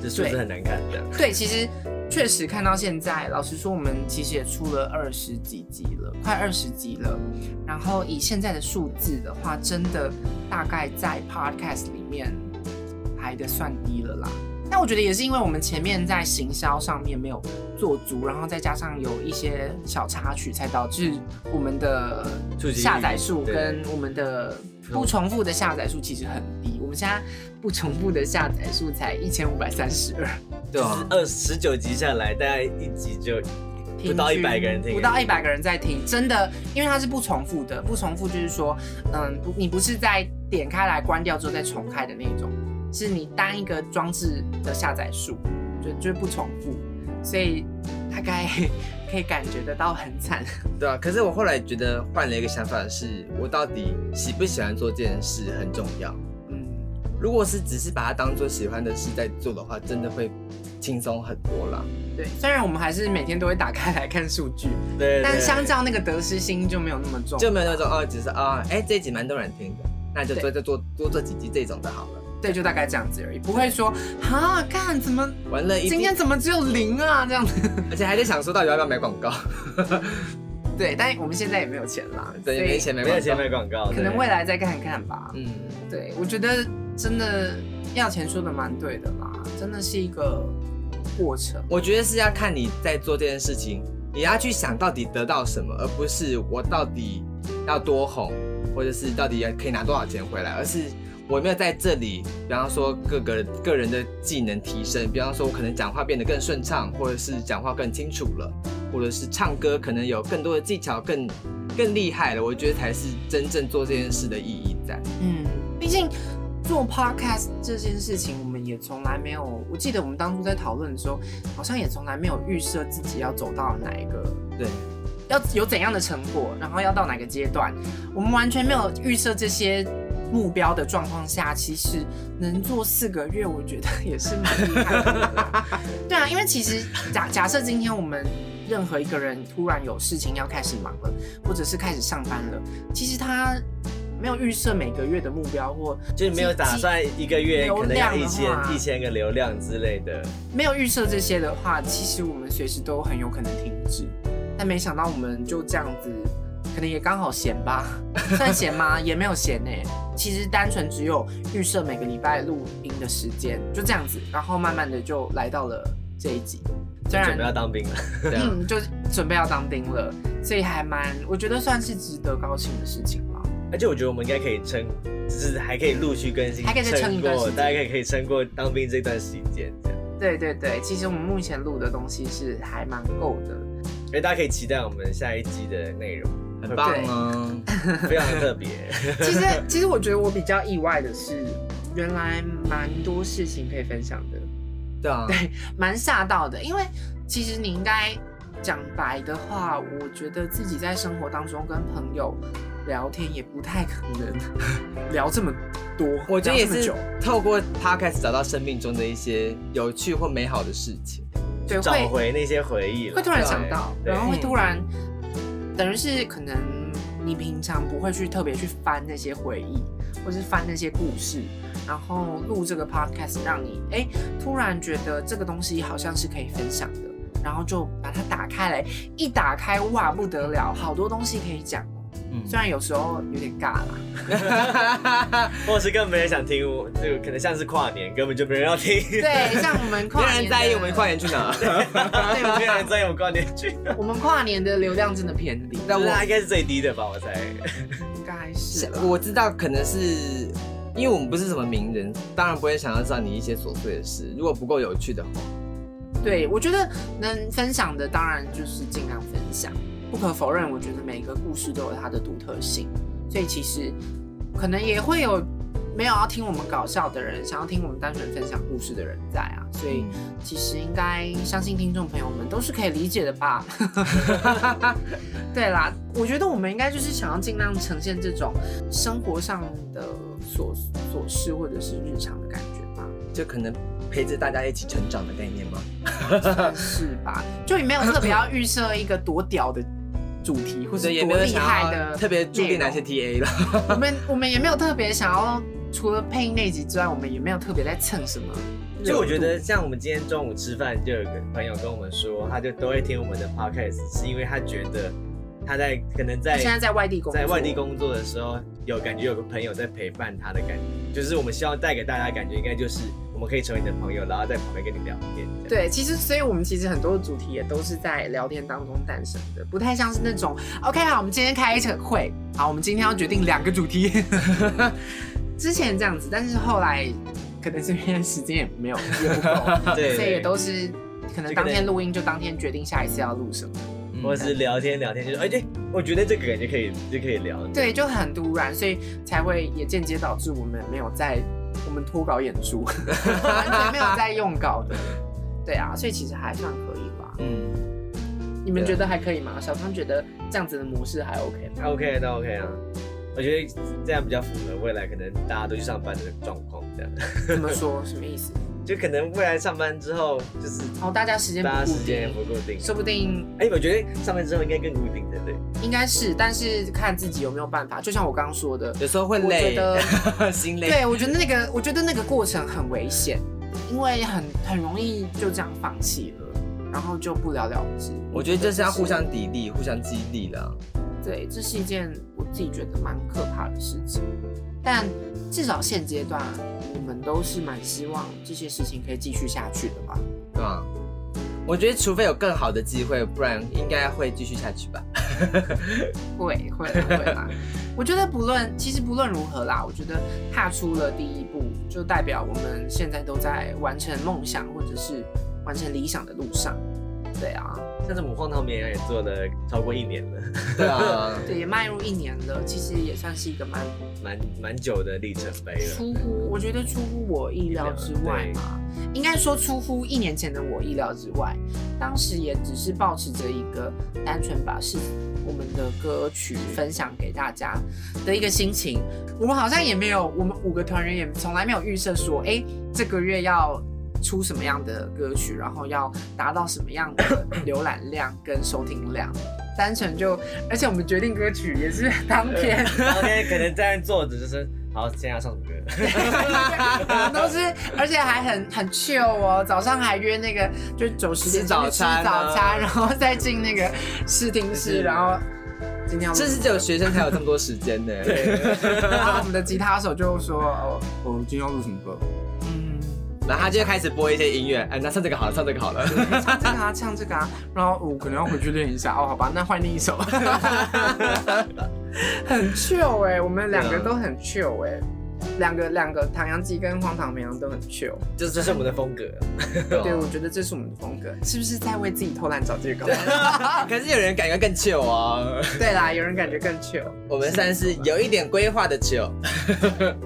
B: 这数字很难看的。
A: 对，其实确实看到现在，老实说，我们其实也出了二十几集了，快二十集了。然后以现在的数字的话，真的大概在 Podcast 里面排的算低了啦。但我觉得也是因为我们前面在行销上面没有做足，然后再加上有一些小插曲，才导致我们的
B: 触及率
A: 下载数
B: 对
A: 跟我们的不重复的下载数其实很低。我们现在不重复的下载数才一千五百三十二。
C: 对啊，
B: 二十九集下来，大概一集就
G: 平
B: 不到
G: 均
B: 100个人听
A: 不到一百个人在听，真的，因为它是不重复的，不重复就是说，嗯，不，你不是在点开来关掉之后再重开的那一种，是你单一个装置的下载数，就就是不重复，所以大概 [laughs] 可以感觉得到很惨。 [laughs]
C: 对啊，可是我后来觉得换了一个想法是，我到底喜不喜欢做这件事很重要。
A: 嗯，
C: 如果是只是把它当做喜欢的事在做的话，真的会轻松很多啦。
A: 对，虽然我们还是每天都会打开来看数据，
B: 对，
A: 但
B: 对
A: 相较那个得失心就没有那么重，
C: 就没有那种哦，只是啊，哎、这一集蛮多人听的，那就
A: 对
C: 多再做多做几集这种的好了。
A: 对，就大概这样子而已，不会说啊，看怎么
C: 完了一
A: 今
C: 定，
A: 天怎么只有零啊这样子。
C: 而且还在想说到底要不要买广告，
A: 对，但我们现在也没有钱啦，
C: 对，
A: 所以
C: 没钱买
B: 没有
C: 广
B: 钱
C: 告。
B: 买广告，
A: 可能
B: 对
A: 未来再看看吧。
C: 嗯，
A: 对，我觉得真的要钱说的蛮对的啦，真的是一个过程。
C: 我觉得是要看你在做这件事情，也要去想到底得到什么，而不是我到底要多红，或者是到底要可以拿多少钱回来，而是我有没有在这里，比方说各个个人的技能提升，比方说我可能讲话变得更顺畅，或者是讲话更清楚了，或者是唱歌可能有更多的技巧更更厉害了，我觉得才是真正做这件事的意义在。
A: 嗯，毕竟做 podcast 这件事情，我们也从来没有，我记得我们当初在讨论的时候，好像也从来没有预设自己要走到哪一个。
C: 对，
A: 要有怎样的成果，然后要到哪个阶段，我们完全没有预设这些目标的状况下，其实能做四个月，我觉得也是蛮厉害的。对啊，因为其实假假设今天我们任何一个人突然有事情要开始忙了，或者是开始上班了，其实他没有预设每个月的目标或
B: 就是没有打算一个月
A: 流
B: 可能
A: 量
B: 要
A: 的
B: 一千
A: 话
B: 一千个流量之类的，
A: 没有预设这些的话，其实我们随时都很有可能停止。但没想到我们就这样子，可能也刚好闲吧， [laughs] 算闲吗？也没有闲呢、其实单纯只有预设每个礼拜录音的时间，就这样子，然后慢慢的就来到了这一集。虽
B: 准备要
A: 然
B: 当兵了。
C: 对啊，
A: 嗯，就准备要当兵了，所以还蛮，我觉得算是值得高兴的事情了。
B: [laughs] 而且我觉得我们应该可以撑，就是还可以陆续更新，
A: 还可以再撑一段时
B: 过，
A: 间
B: 大家可以可以撑过当兵这段时间，这样。
A: 对对对，其实我们目前录的东西是还蛮够的。
B: 所以哎大家可以期待我们下一集的内容， [laughs]
C: 很棒哦、
B: 非常特别。
A: 其实，其实我觉得我比较意外的是，原来蛮多事情可以分享的，
C: 对啊，
A: 蛮吓到的。因为其实你应该讲白的话，我觉得自己在生活当中跟朋友聊天也不太可能 [laughs] 聊这么多，
C: 我觉得也
A: 聊这么
C: 是
A: 久
C: 透过 podcast 找到生命中的一些有趣或美好的事
A: [laughs]
C: 情。
A: [laughs] 对
B: 找
A: 会
B: 回那些回忆了，
A: 会突然想到，
B: 对
A: 然后会
C: 嗯
A: 突然，等于是可能你平常不会去特别去翻那些回忆，或是翻那些故事，然后录这个 podcast，让你哎突然觉得这个东西好像是可以分享的，然后就把它打开来，一打开哇不得了，好多东西可以讲哦。
C: 嗯，
A: 虽然有时候有点尬
C: [laughs]
A: 啦，
B: 或是根本没人想听我，就可能像是跨年，根本就没人要听，
A: [laughs] 对，像我们
C: 没 [laughs]
A: 跨
C: 有
A: 年
C: 人
A: 的，
C: 在意我们跨年啊去哪， [laughs]
A: 对， [laughs] 我
B: 没有人
A: 们
B: 在意我跨年
A: [laughs]
B: 去，
A: 跨我们跨年的流量真的偏低，
C: 那
B: 就是
C: 我
B: 它应该是最低的吧，我猜。
A: 应该是啦
C: 我知道可能是因为我们不是什么名人，当然不会想要知道你一些琐碎的事。如果不够有趣的话，
A: 对，我觉得能分享的当然就是尽量分享。不可否认，我觉得每个故事都有它的独特性，所以其实可能也会有没有要听我们搞笑的人，想要听我们单纯分享故事的人在啊。所以其实应该相信听众朋友们都是可以理解的吧？对啦，我觉得我们应该就是想要尽量呈现这种生活上的琐琐事或者是日常的感觉吧。
C: 就可能陪着大家一起成长的概念嘛。
A: 是吧？就你没有特别要预设一个多屌的主题，或
C: 或
A: 者
C: 者也没
A: 多
C: 有
A: 厉
C: 想
A: 害
C: 要
A: 的，
C: 特别注定哪些。TA 了。
A: 我们我们也没有特别想要，除了配音那集之外，我们也没有特别在蹭什么。
B: 就我觉得，像我们今天中午吃饭，就有个朋友跟我们说，他就都会听我们的 podcast，是因为他觉得他在可能在
A: 他现在在外地工作，
B: 在外地工作的时候，有感觉有个朋友在陪伴他的感觉，就是我们希望带给大家的感觉，应该就是我们可以成为你的朋友，然后在旁边跟你聊天。这样，
A: 对，其实所以我们其实很多的主题也都是在聊天当中诞生的，不太像是那种 OK 好，我们今天开一个会，好，我们今天要决定两个主题。 [laughs] 之前这样子，但是后来可能是因为时间也没有也不够，
B: 对
A: 所以也都是可能
B: 就
A: 当
B: 可能
A: 天录音就当天决定下一次要录什么。嗯
B: 或者是聊天聊天，就是哎对，我觉得这个感觉可以就可以聊。
A: 对，就很突然，所以才会也间接导致我们没有在我们脱稿演出，
B: [laughs]
A: 完全没有在用稿的。对啊，所以其实还算可以吧。
C: 嗯，
A: 你们
B: 对啊
A: 觉得还可以吗？小康觉得这样子的模式还 OK
B: [laughs]
A: 吗？
B: OK，那 OK 啊，我觉得这样比较符合未来可能大家都去上班的状况，这样
A: 怎么说？什么意思？
B: 就可能未来上班之后就是
A: 哦，大家时间
B: 大家
A: 不固
B: 时间也
A: 定，
B: 不固 [laughs] 定。
A: 说不定
B: 哎，我觉得上班之后应该更固定的，对。
A: 应该是，但是看自己有没有办法。就像我刚刚说的，
C: [laughs] 有时候会
A: 我觉
C: 累
A: 得，
C: [laughs] 心累。
A: 对我觉得那个，我觉得那个过程很危险，因为很很容易就这样放弃了，然后就不了了之。
C: 我觉得就是要互相砥砺、互相激励了。
A: 对，这是一件我自己觉得蛮可怕的事情。但至少现阶段，我们都是蛮希望这些事情可以继续下去的吧。
C: 对吧？我觉得除非有更好的机会，不然应该会继续下去吧。
A: 会会啦会啦， [laughs] 我觉得不论其实不论如何啦，我觉得踏出了第一步，就代表我们现在都在完成梦想或者是完成理想的路上。对啊，
B: 像是我们晃汤绵羊也做了超过一年了，
C: 对啊，
A: 对，也迈入一年了，其实也算是一个蛮
B: 蛮蛮久的里程碑了。
A: 出乎，我觉得出乎我哎意料之外嘛，应该说出乎一年前的我意料之外。当时也只是保持着一个单纯把是我们的歌曲分享给大家的一个心情。我们好像也没有，我们五个团员也从来没有预设说，哎、这个月要。出什么样的歌曲，然后要达到什么样 [coughs] 的浏览量跟收听量，单纯就，而且我们决定歌曲也是当天，
B: 然后现在可能在那坐着就是，好，现在要唱什么 [laughs] 歌？
A: 我们啊都是，而且还很很 chill 哦。早上还约那个，就九十点
C: 吃早餐啊
A: 吃早餐，然后再进那个试听室，然后今天我们
C: 这是只有学生才有这么多时间呢。
A: 然后我们的吉他手就说：“哦，我们今天要录什么歌？嗯，
C: 然后他就开始播一些音乐，哎，那唱这个好了，唱这个好了。
A: 唱这个啊，唱这个啊。”然后我、可能要回去练一下哦，好吧，那换另一首。 [laughs] 很 chill 哎、我们两个
B: 对啊
A: 都很 chill 哎、两个两个唐扬鸡跟荒唐绵羊都很 chill。
B: 这这是我们的风格。
C: 啊
A: 对，我觉得这是我们的风格，是不是在为自己偷懒找借口？
C: 啊可是有人感觉更 chill 啊，
A: 对啦，有人感觉更 chill。
C: 我们算是有一点规划
A: [laughs]
C: 的 chill。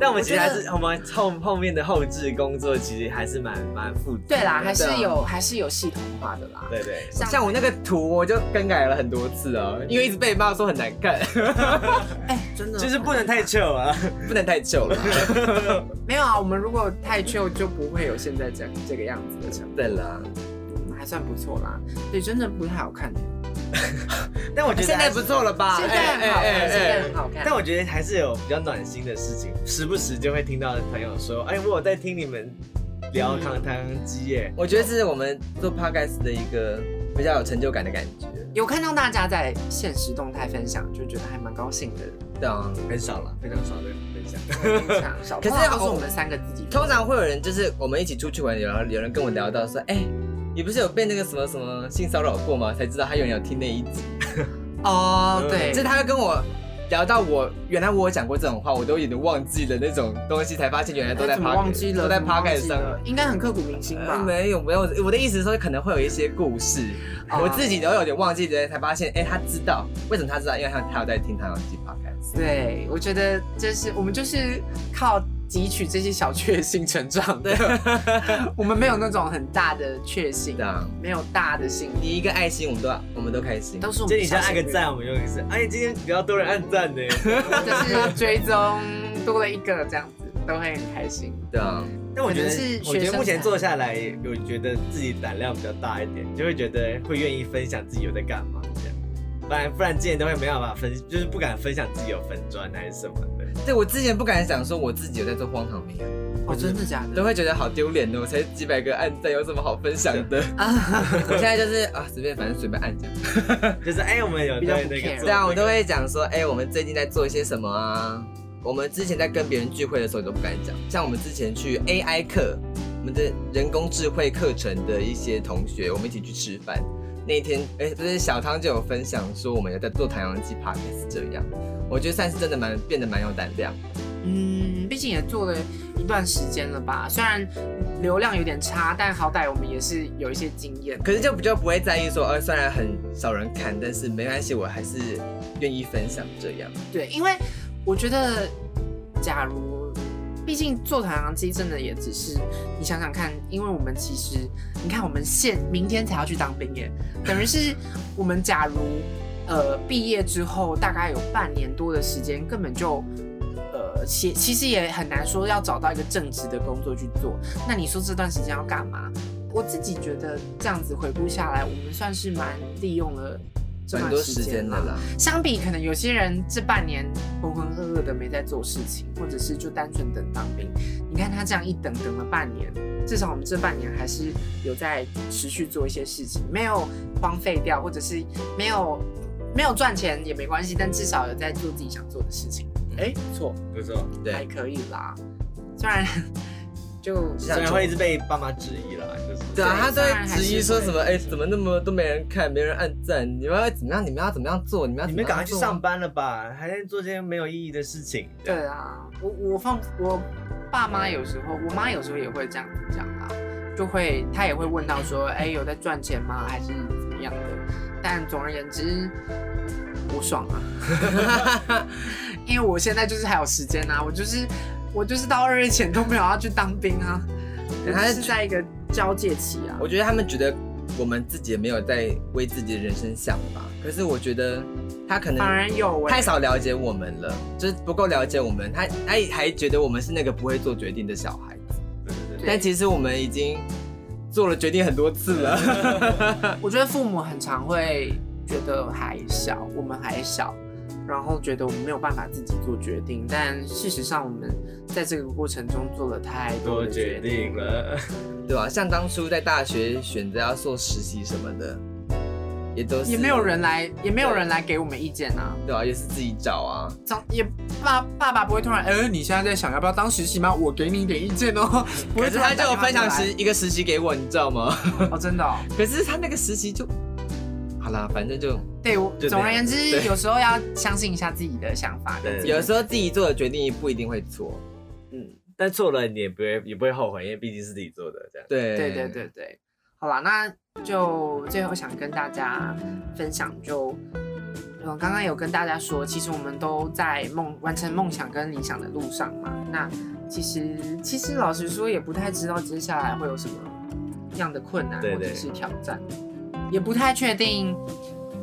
B: 但我们其实还是我们后后面的后置工作其实还是蛮蛮复杂。
A: 对啦，还
C: 对啊
A: 是有还是有系统化的啦。
B: 对 [laughs] 对，
C: 像我那个图，我就更改了很多次哦，因为一直被骂说很难看，
A: [laughs] 哎、真
C: [laughs]
A: 的
B: 就是不能太 chill 啊。 [laughs]
C: 不能太 chill 了。
A: [laughs] 没有啊。我们如果太 chill 就不会有现在这样这个样子的成
C: 对啦，
A: 果，还算不错啦。对，真的不太好看的，
B: 但我觉得
C: 现在
B: 还是
C: 不错了吧？
A: 现在很好
C: 哎哎
A: 看，
C: 哎
A: 现在
C: 哎
A: 很好看。
B: 但我觉得还是有比较暖心的事情，时不时就会听到朋友说：“哎，我有在听你们聊
A: 嗯
B: 唐唐鸡耶。
C: 我觉得这是我们做 podcast 的一个比较有成就感的感觉。
A: 有看到大家在现实动态分享，就觉得还蛮高兴的。
C: 对啊，”
B: 很少了，非常少的分 [laughs] 享。
A: 小
C: 可是
A: 通常都是我哦们三个自己分享，
C: 通常会有人就是我们一起出去玩，有人有人跟我聊到说，哎、你不是有被那个什么什么性骚扰过吗？才知道他原来有听那一集，
A: 哦，对，
C: 就是他会跟我。聊到我原来我有讲过这种话，我都有点忘记了那种东西，才发现原来都在
A: 哎怎么
C: podcast，
A: 忘记了，啊
C: 都在
A: 怎么忘
C: podcast
A: 记
C: 上。
A: 了嗯应该很刻骨铭心吧
C: 呃？没有没有，我的意思是说可能会有一些故事，
A: 哦
C: 我自己都有点忘记的，才发现哎、他知道为什么他知道，因为他他有在听唐老鸡 podcast。
A: 对，我觉得这是我们就是靠汲取这些小确幸成长的， [laughs] 我们没有那种很大的确幸
B: 啊
C: 这，样，
A: 没有大的幸运，
C: 你一个爱心，我们都我们都开心。
A: 都是我
B: 就
A: 们
B: 你
A: 小
B: 先按
A: 幸
B: 个
A: 运，
B: 赞，我们用一次。哎，今天比较多人按赞呢。
A: 或者是追踪多了一个这样子，都会很开心。
C: 对啊，
B: 但我觉得
A: 可能是，
B: 我
A: 学
B: 觉得
A: 生
B: 目前
A: 才
B: 做下来，有觉得自己胆量比较大一点，就会觉得会愿意分享自己有在干嘛这样。不然不然之前都会没办法分，就是不敢分享自己有粉砖还是什么的。
C: 对我之前不敢想说我自己有在做荒唐绵羊，
A: 哦，真的假的？
C: 都会觉得好丢脸哦，才几百个按赞，有什么好分享的？ [laughs] 我现在就是啊，随便反正随便按 [laughs] 讲。
B: 就是哎、我们有
A: 比较
B: 在
A: 不
B: 那
A: care
B: 个做
C: 对啊，我
B: 那
C: 都
B: 个
C: 会讲说，哎、我们最近在做一些什么啊？我们之前在跟别人聚会的时候，你都不敢讲。像我们之前去 AI 课，我们的人工智慧课程的一些同学，我们一起去吃饭。那一天，哎、不是小汤就有分享说，我们有在做唐扬鸡 podcast 这样，我觉得算是真的蛮变得蛮有胆量。
A: [laughs] 嗯，毕竟也做了一段时间了吧，虽然流量有点差，但好歹我们也是有一些经验。
C: 可是就比较不会在意说，呃，虽然很少人看，但是没关系，我还是愿意分享这样。
A: 对，因为我觉得，假如毕竟做团航机真的也只是你想想看，因为我们其实你看我们现明天才要去当兵耶，等于是我们假如呃毕业之后大概有半年多的时间，根本就。呃，其其实也很难说要找到一个正职的工作去做。那你说这段时间要干嘛？我自己觉得这样子回顾下来，我们算是蛮利用了这
C: 蛮
A: 段
C: 多
A: 时
C: 时间
A: 间
C: 的
A: 啦。
C: 啦，
A: 相比可能有些人这半年浑浑噩噩的没在做事情，或者是就单纯等当兵。你看他这样一等等了半年，至少我们这半年还是有在持续做一些事情，没有荒废掉，或者是没有没有赚钱也没关系，但至少有在做自己想做的事情。哎、不错，
B: 不错，
A: 还
C: 对，
A: 可以啦。虽然就
C: 这
B: 虽
C: 样
B: 然会一直被爸妈质疑啦，就是
C: 对啊，
A: 对
C: 他都
A: 当然
C: 会
A: 还是
C: 质疑说什么，
A: 会
C: 哎、怎么那么都没人看，没人按赞，你们要怎么样？你们要怎么样做？你们要
B: 你
C: 怎么
B: 们
C: 样
B: 赶快去
C: 做啊
B: 上班了吧，还在做这些没有意义的事情。
A: 对啊，我我放我爸妈有时候，我妈有时候也会这样子讲啦，就会她也会问到说，哎、有在赚钱吗？还是怎么样的？但总而言之，我爽啊， [laughs] 因为我现在就是还有时间啊，我就是我就是到二月前都没有要去当兵啊，我
C: 还
A: 就是是在一个交界期啊。
C: 我觉得他们觉得我们自己也没有在为自己的人生想吧，可是我觉得他可能
A: 反而有哎、
C: 太少了解我们了，就是不够了解我们，他他还觉得我们是那个不会做决定的小孩子，
B: 对对对
A: 对
C: 但其实我们已经做了决定很多次了。
A: 我觉得父母很常会觉得还小，我们还小，然后觉得我们没有办法自己做决定，但事实上我们在这个过程中做了太多
B: 多
A: 的决
B: 决定了，
C: 对吧、像当初在大学选择要做实习什么的，也都是
A: 也没有人来，也没有人来给我们意见啊。
C: 对吧、也是自己找啊。
A: 长也爸爸爸不会突然，呃，你现在在想要不要当实习吗？我给你一点意见 [laughs] 哦。不
C: 可
A: 会
C: 是
A: 突
C: 他
A: 然
C: 就有分享
A: 打
C: 实
A: 电
C: 一个实习给我，你知道吗？ [laughs]
A: 话过来哦，真的、哦。
C: 可是他那个实习就好啦，反正就
A: 对，我
B: 就这样
A: 总而言之，
C: 对
A: 有时候要相信一下自己的想法。
B: 对
C: 有时候自己做的决定也不一定会错。
A: 嗯。
B: [laughs] 但做了你也不会也不会后悔，因为毕竟是自己做的这样。
C: 对
A: 对对对对，好啦，那就最后想跟大家分享就。嗯，刚刚有跟大家说，其实我们都在梦完成梦想跟理想的路上嘛。那其实其实老实说，也不太知道接下来会有什么样的困难
B: 对
A: 或者
B: 对
A: 是挑战，也不太确定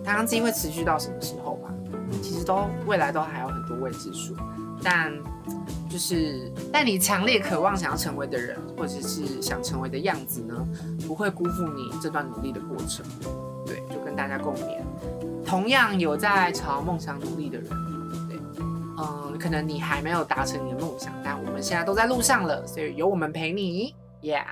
A: 台湾机会持续到什么时候吧。其实都未来都还有很多未知数，但就是但你强烈渴望想要成为的人，或者是想成为的样子呢，不会辜负你这段努力的过程。对，就跟大家共勉。同样有在朝梦想努力的人，对，嗯，可能你还没有达成你的梦想，但我们现在都在路上了，所以有我们陪你，Yeah。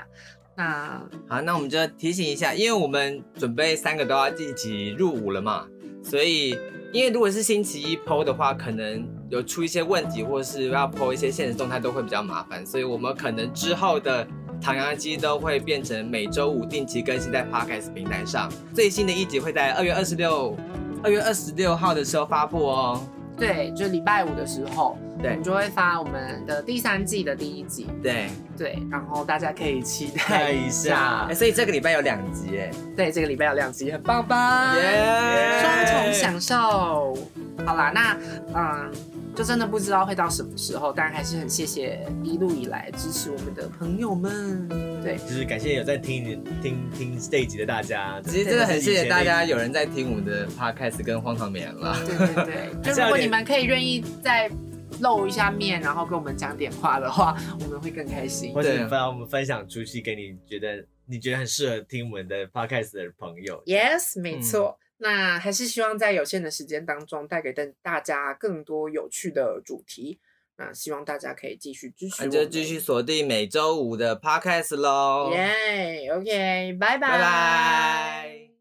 A: 那
C: 好，那我们就提醒一下，因为我们准备三个都要一起入伍了嘛，所以因为如果是星期一剖的话，可能有出一些问题，或是要剖一些现实动态都会比较麻烦，所以我们可能之后的唐扬鸡都会变成每周五定期更新在 Podcast 平台上，最新的一集会在二月二十六。二月二十六号的时候发布哦，
A: 对，就礼拜五的时候，
C: 对
A: 我们就会发我们的第三季的第一集，
C: 对，
A: 对，然后大家可以期
B: 看
A: 待
B: 一
C: 哎、
B: 下，
C: 所以这个礼拜有两集哎，
A: 对，这个礼拜有两集，很棒吧？
C: 耶
A: 双重享受。好啦，那嗯，就真的不知道会到什么时候，但还是很谢谢一路以来支持我们的朋友们。对，
B: 就是感谢有在听听听这一集的大家，
C: 其实真的很谢谢大家有人在听我们的 podcast 跟荒唐绵羊啦。
A: 对对 [laughs] 对，就如果你们可以愿意再露一下面，然后跟我们讲点话的话，我们会更开心
B: 或。
C: 对
B: 者
C: 啊
B: 把我们分享出去给你觉得你觉得很适合听我们的 podcast 的朋友。
A: Yes，没
C: 嗯
A: 错。那还是希望在有限的时间当中，带给大大家更多有趣的主题。那希望大家可以继续支持我
C: 那
A: 们，
C: 就继续锁定每周五的 podcast 喽，
A: 耶，OK，拜拜，
C: 拜拜。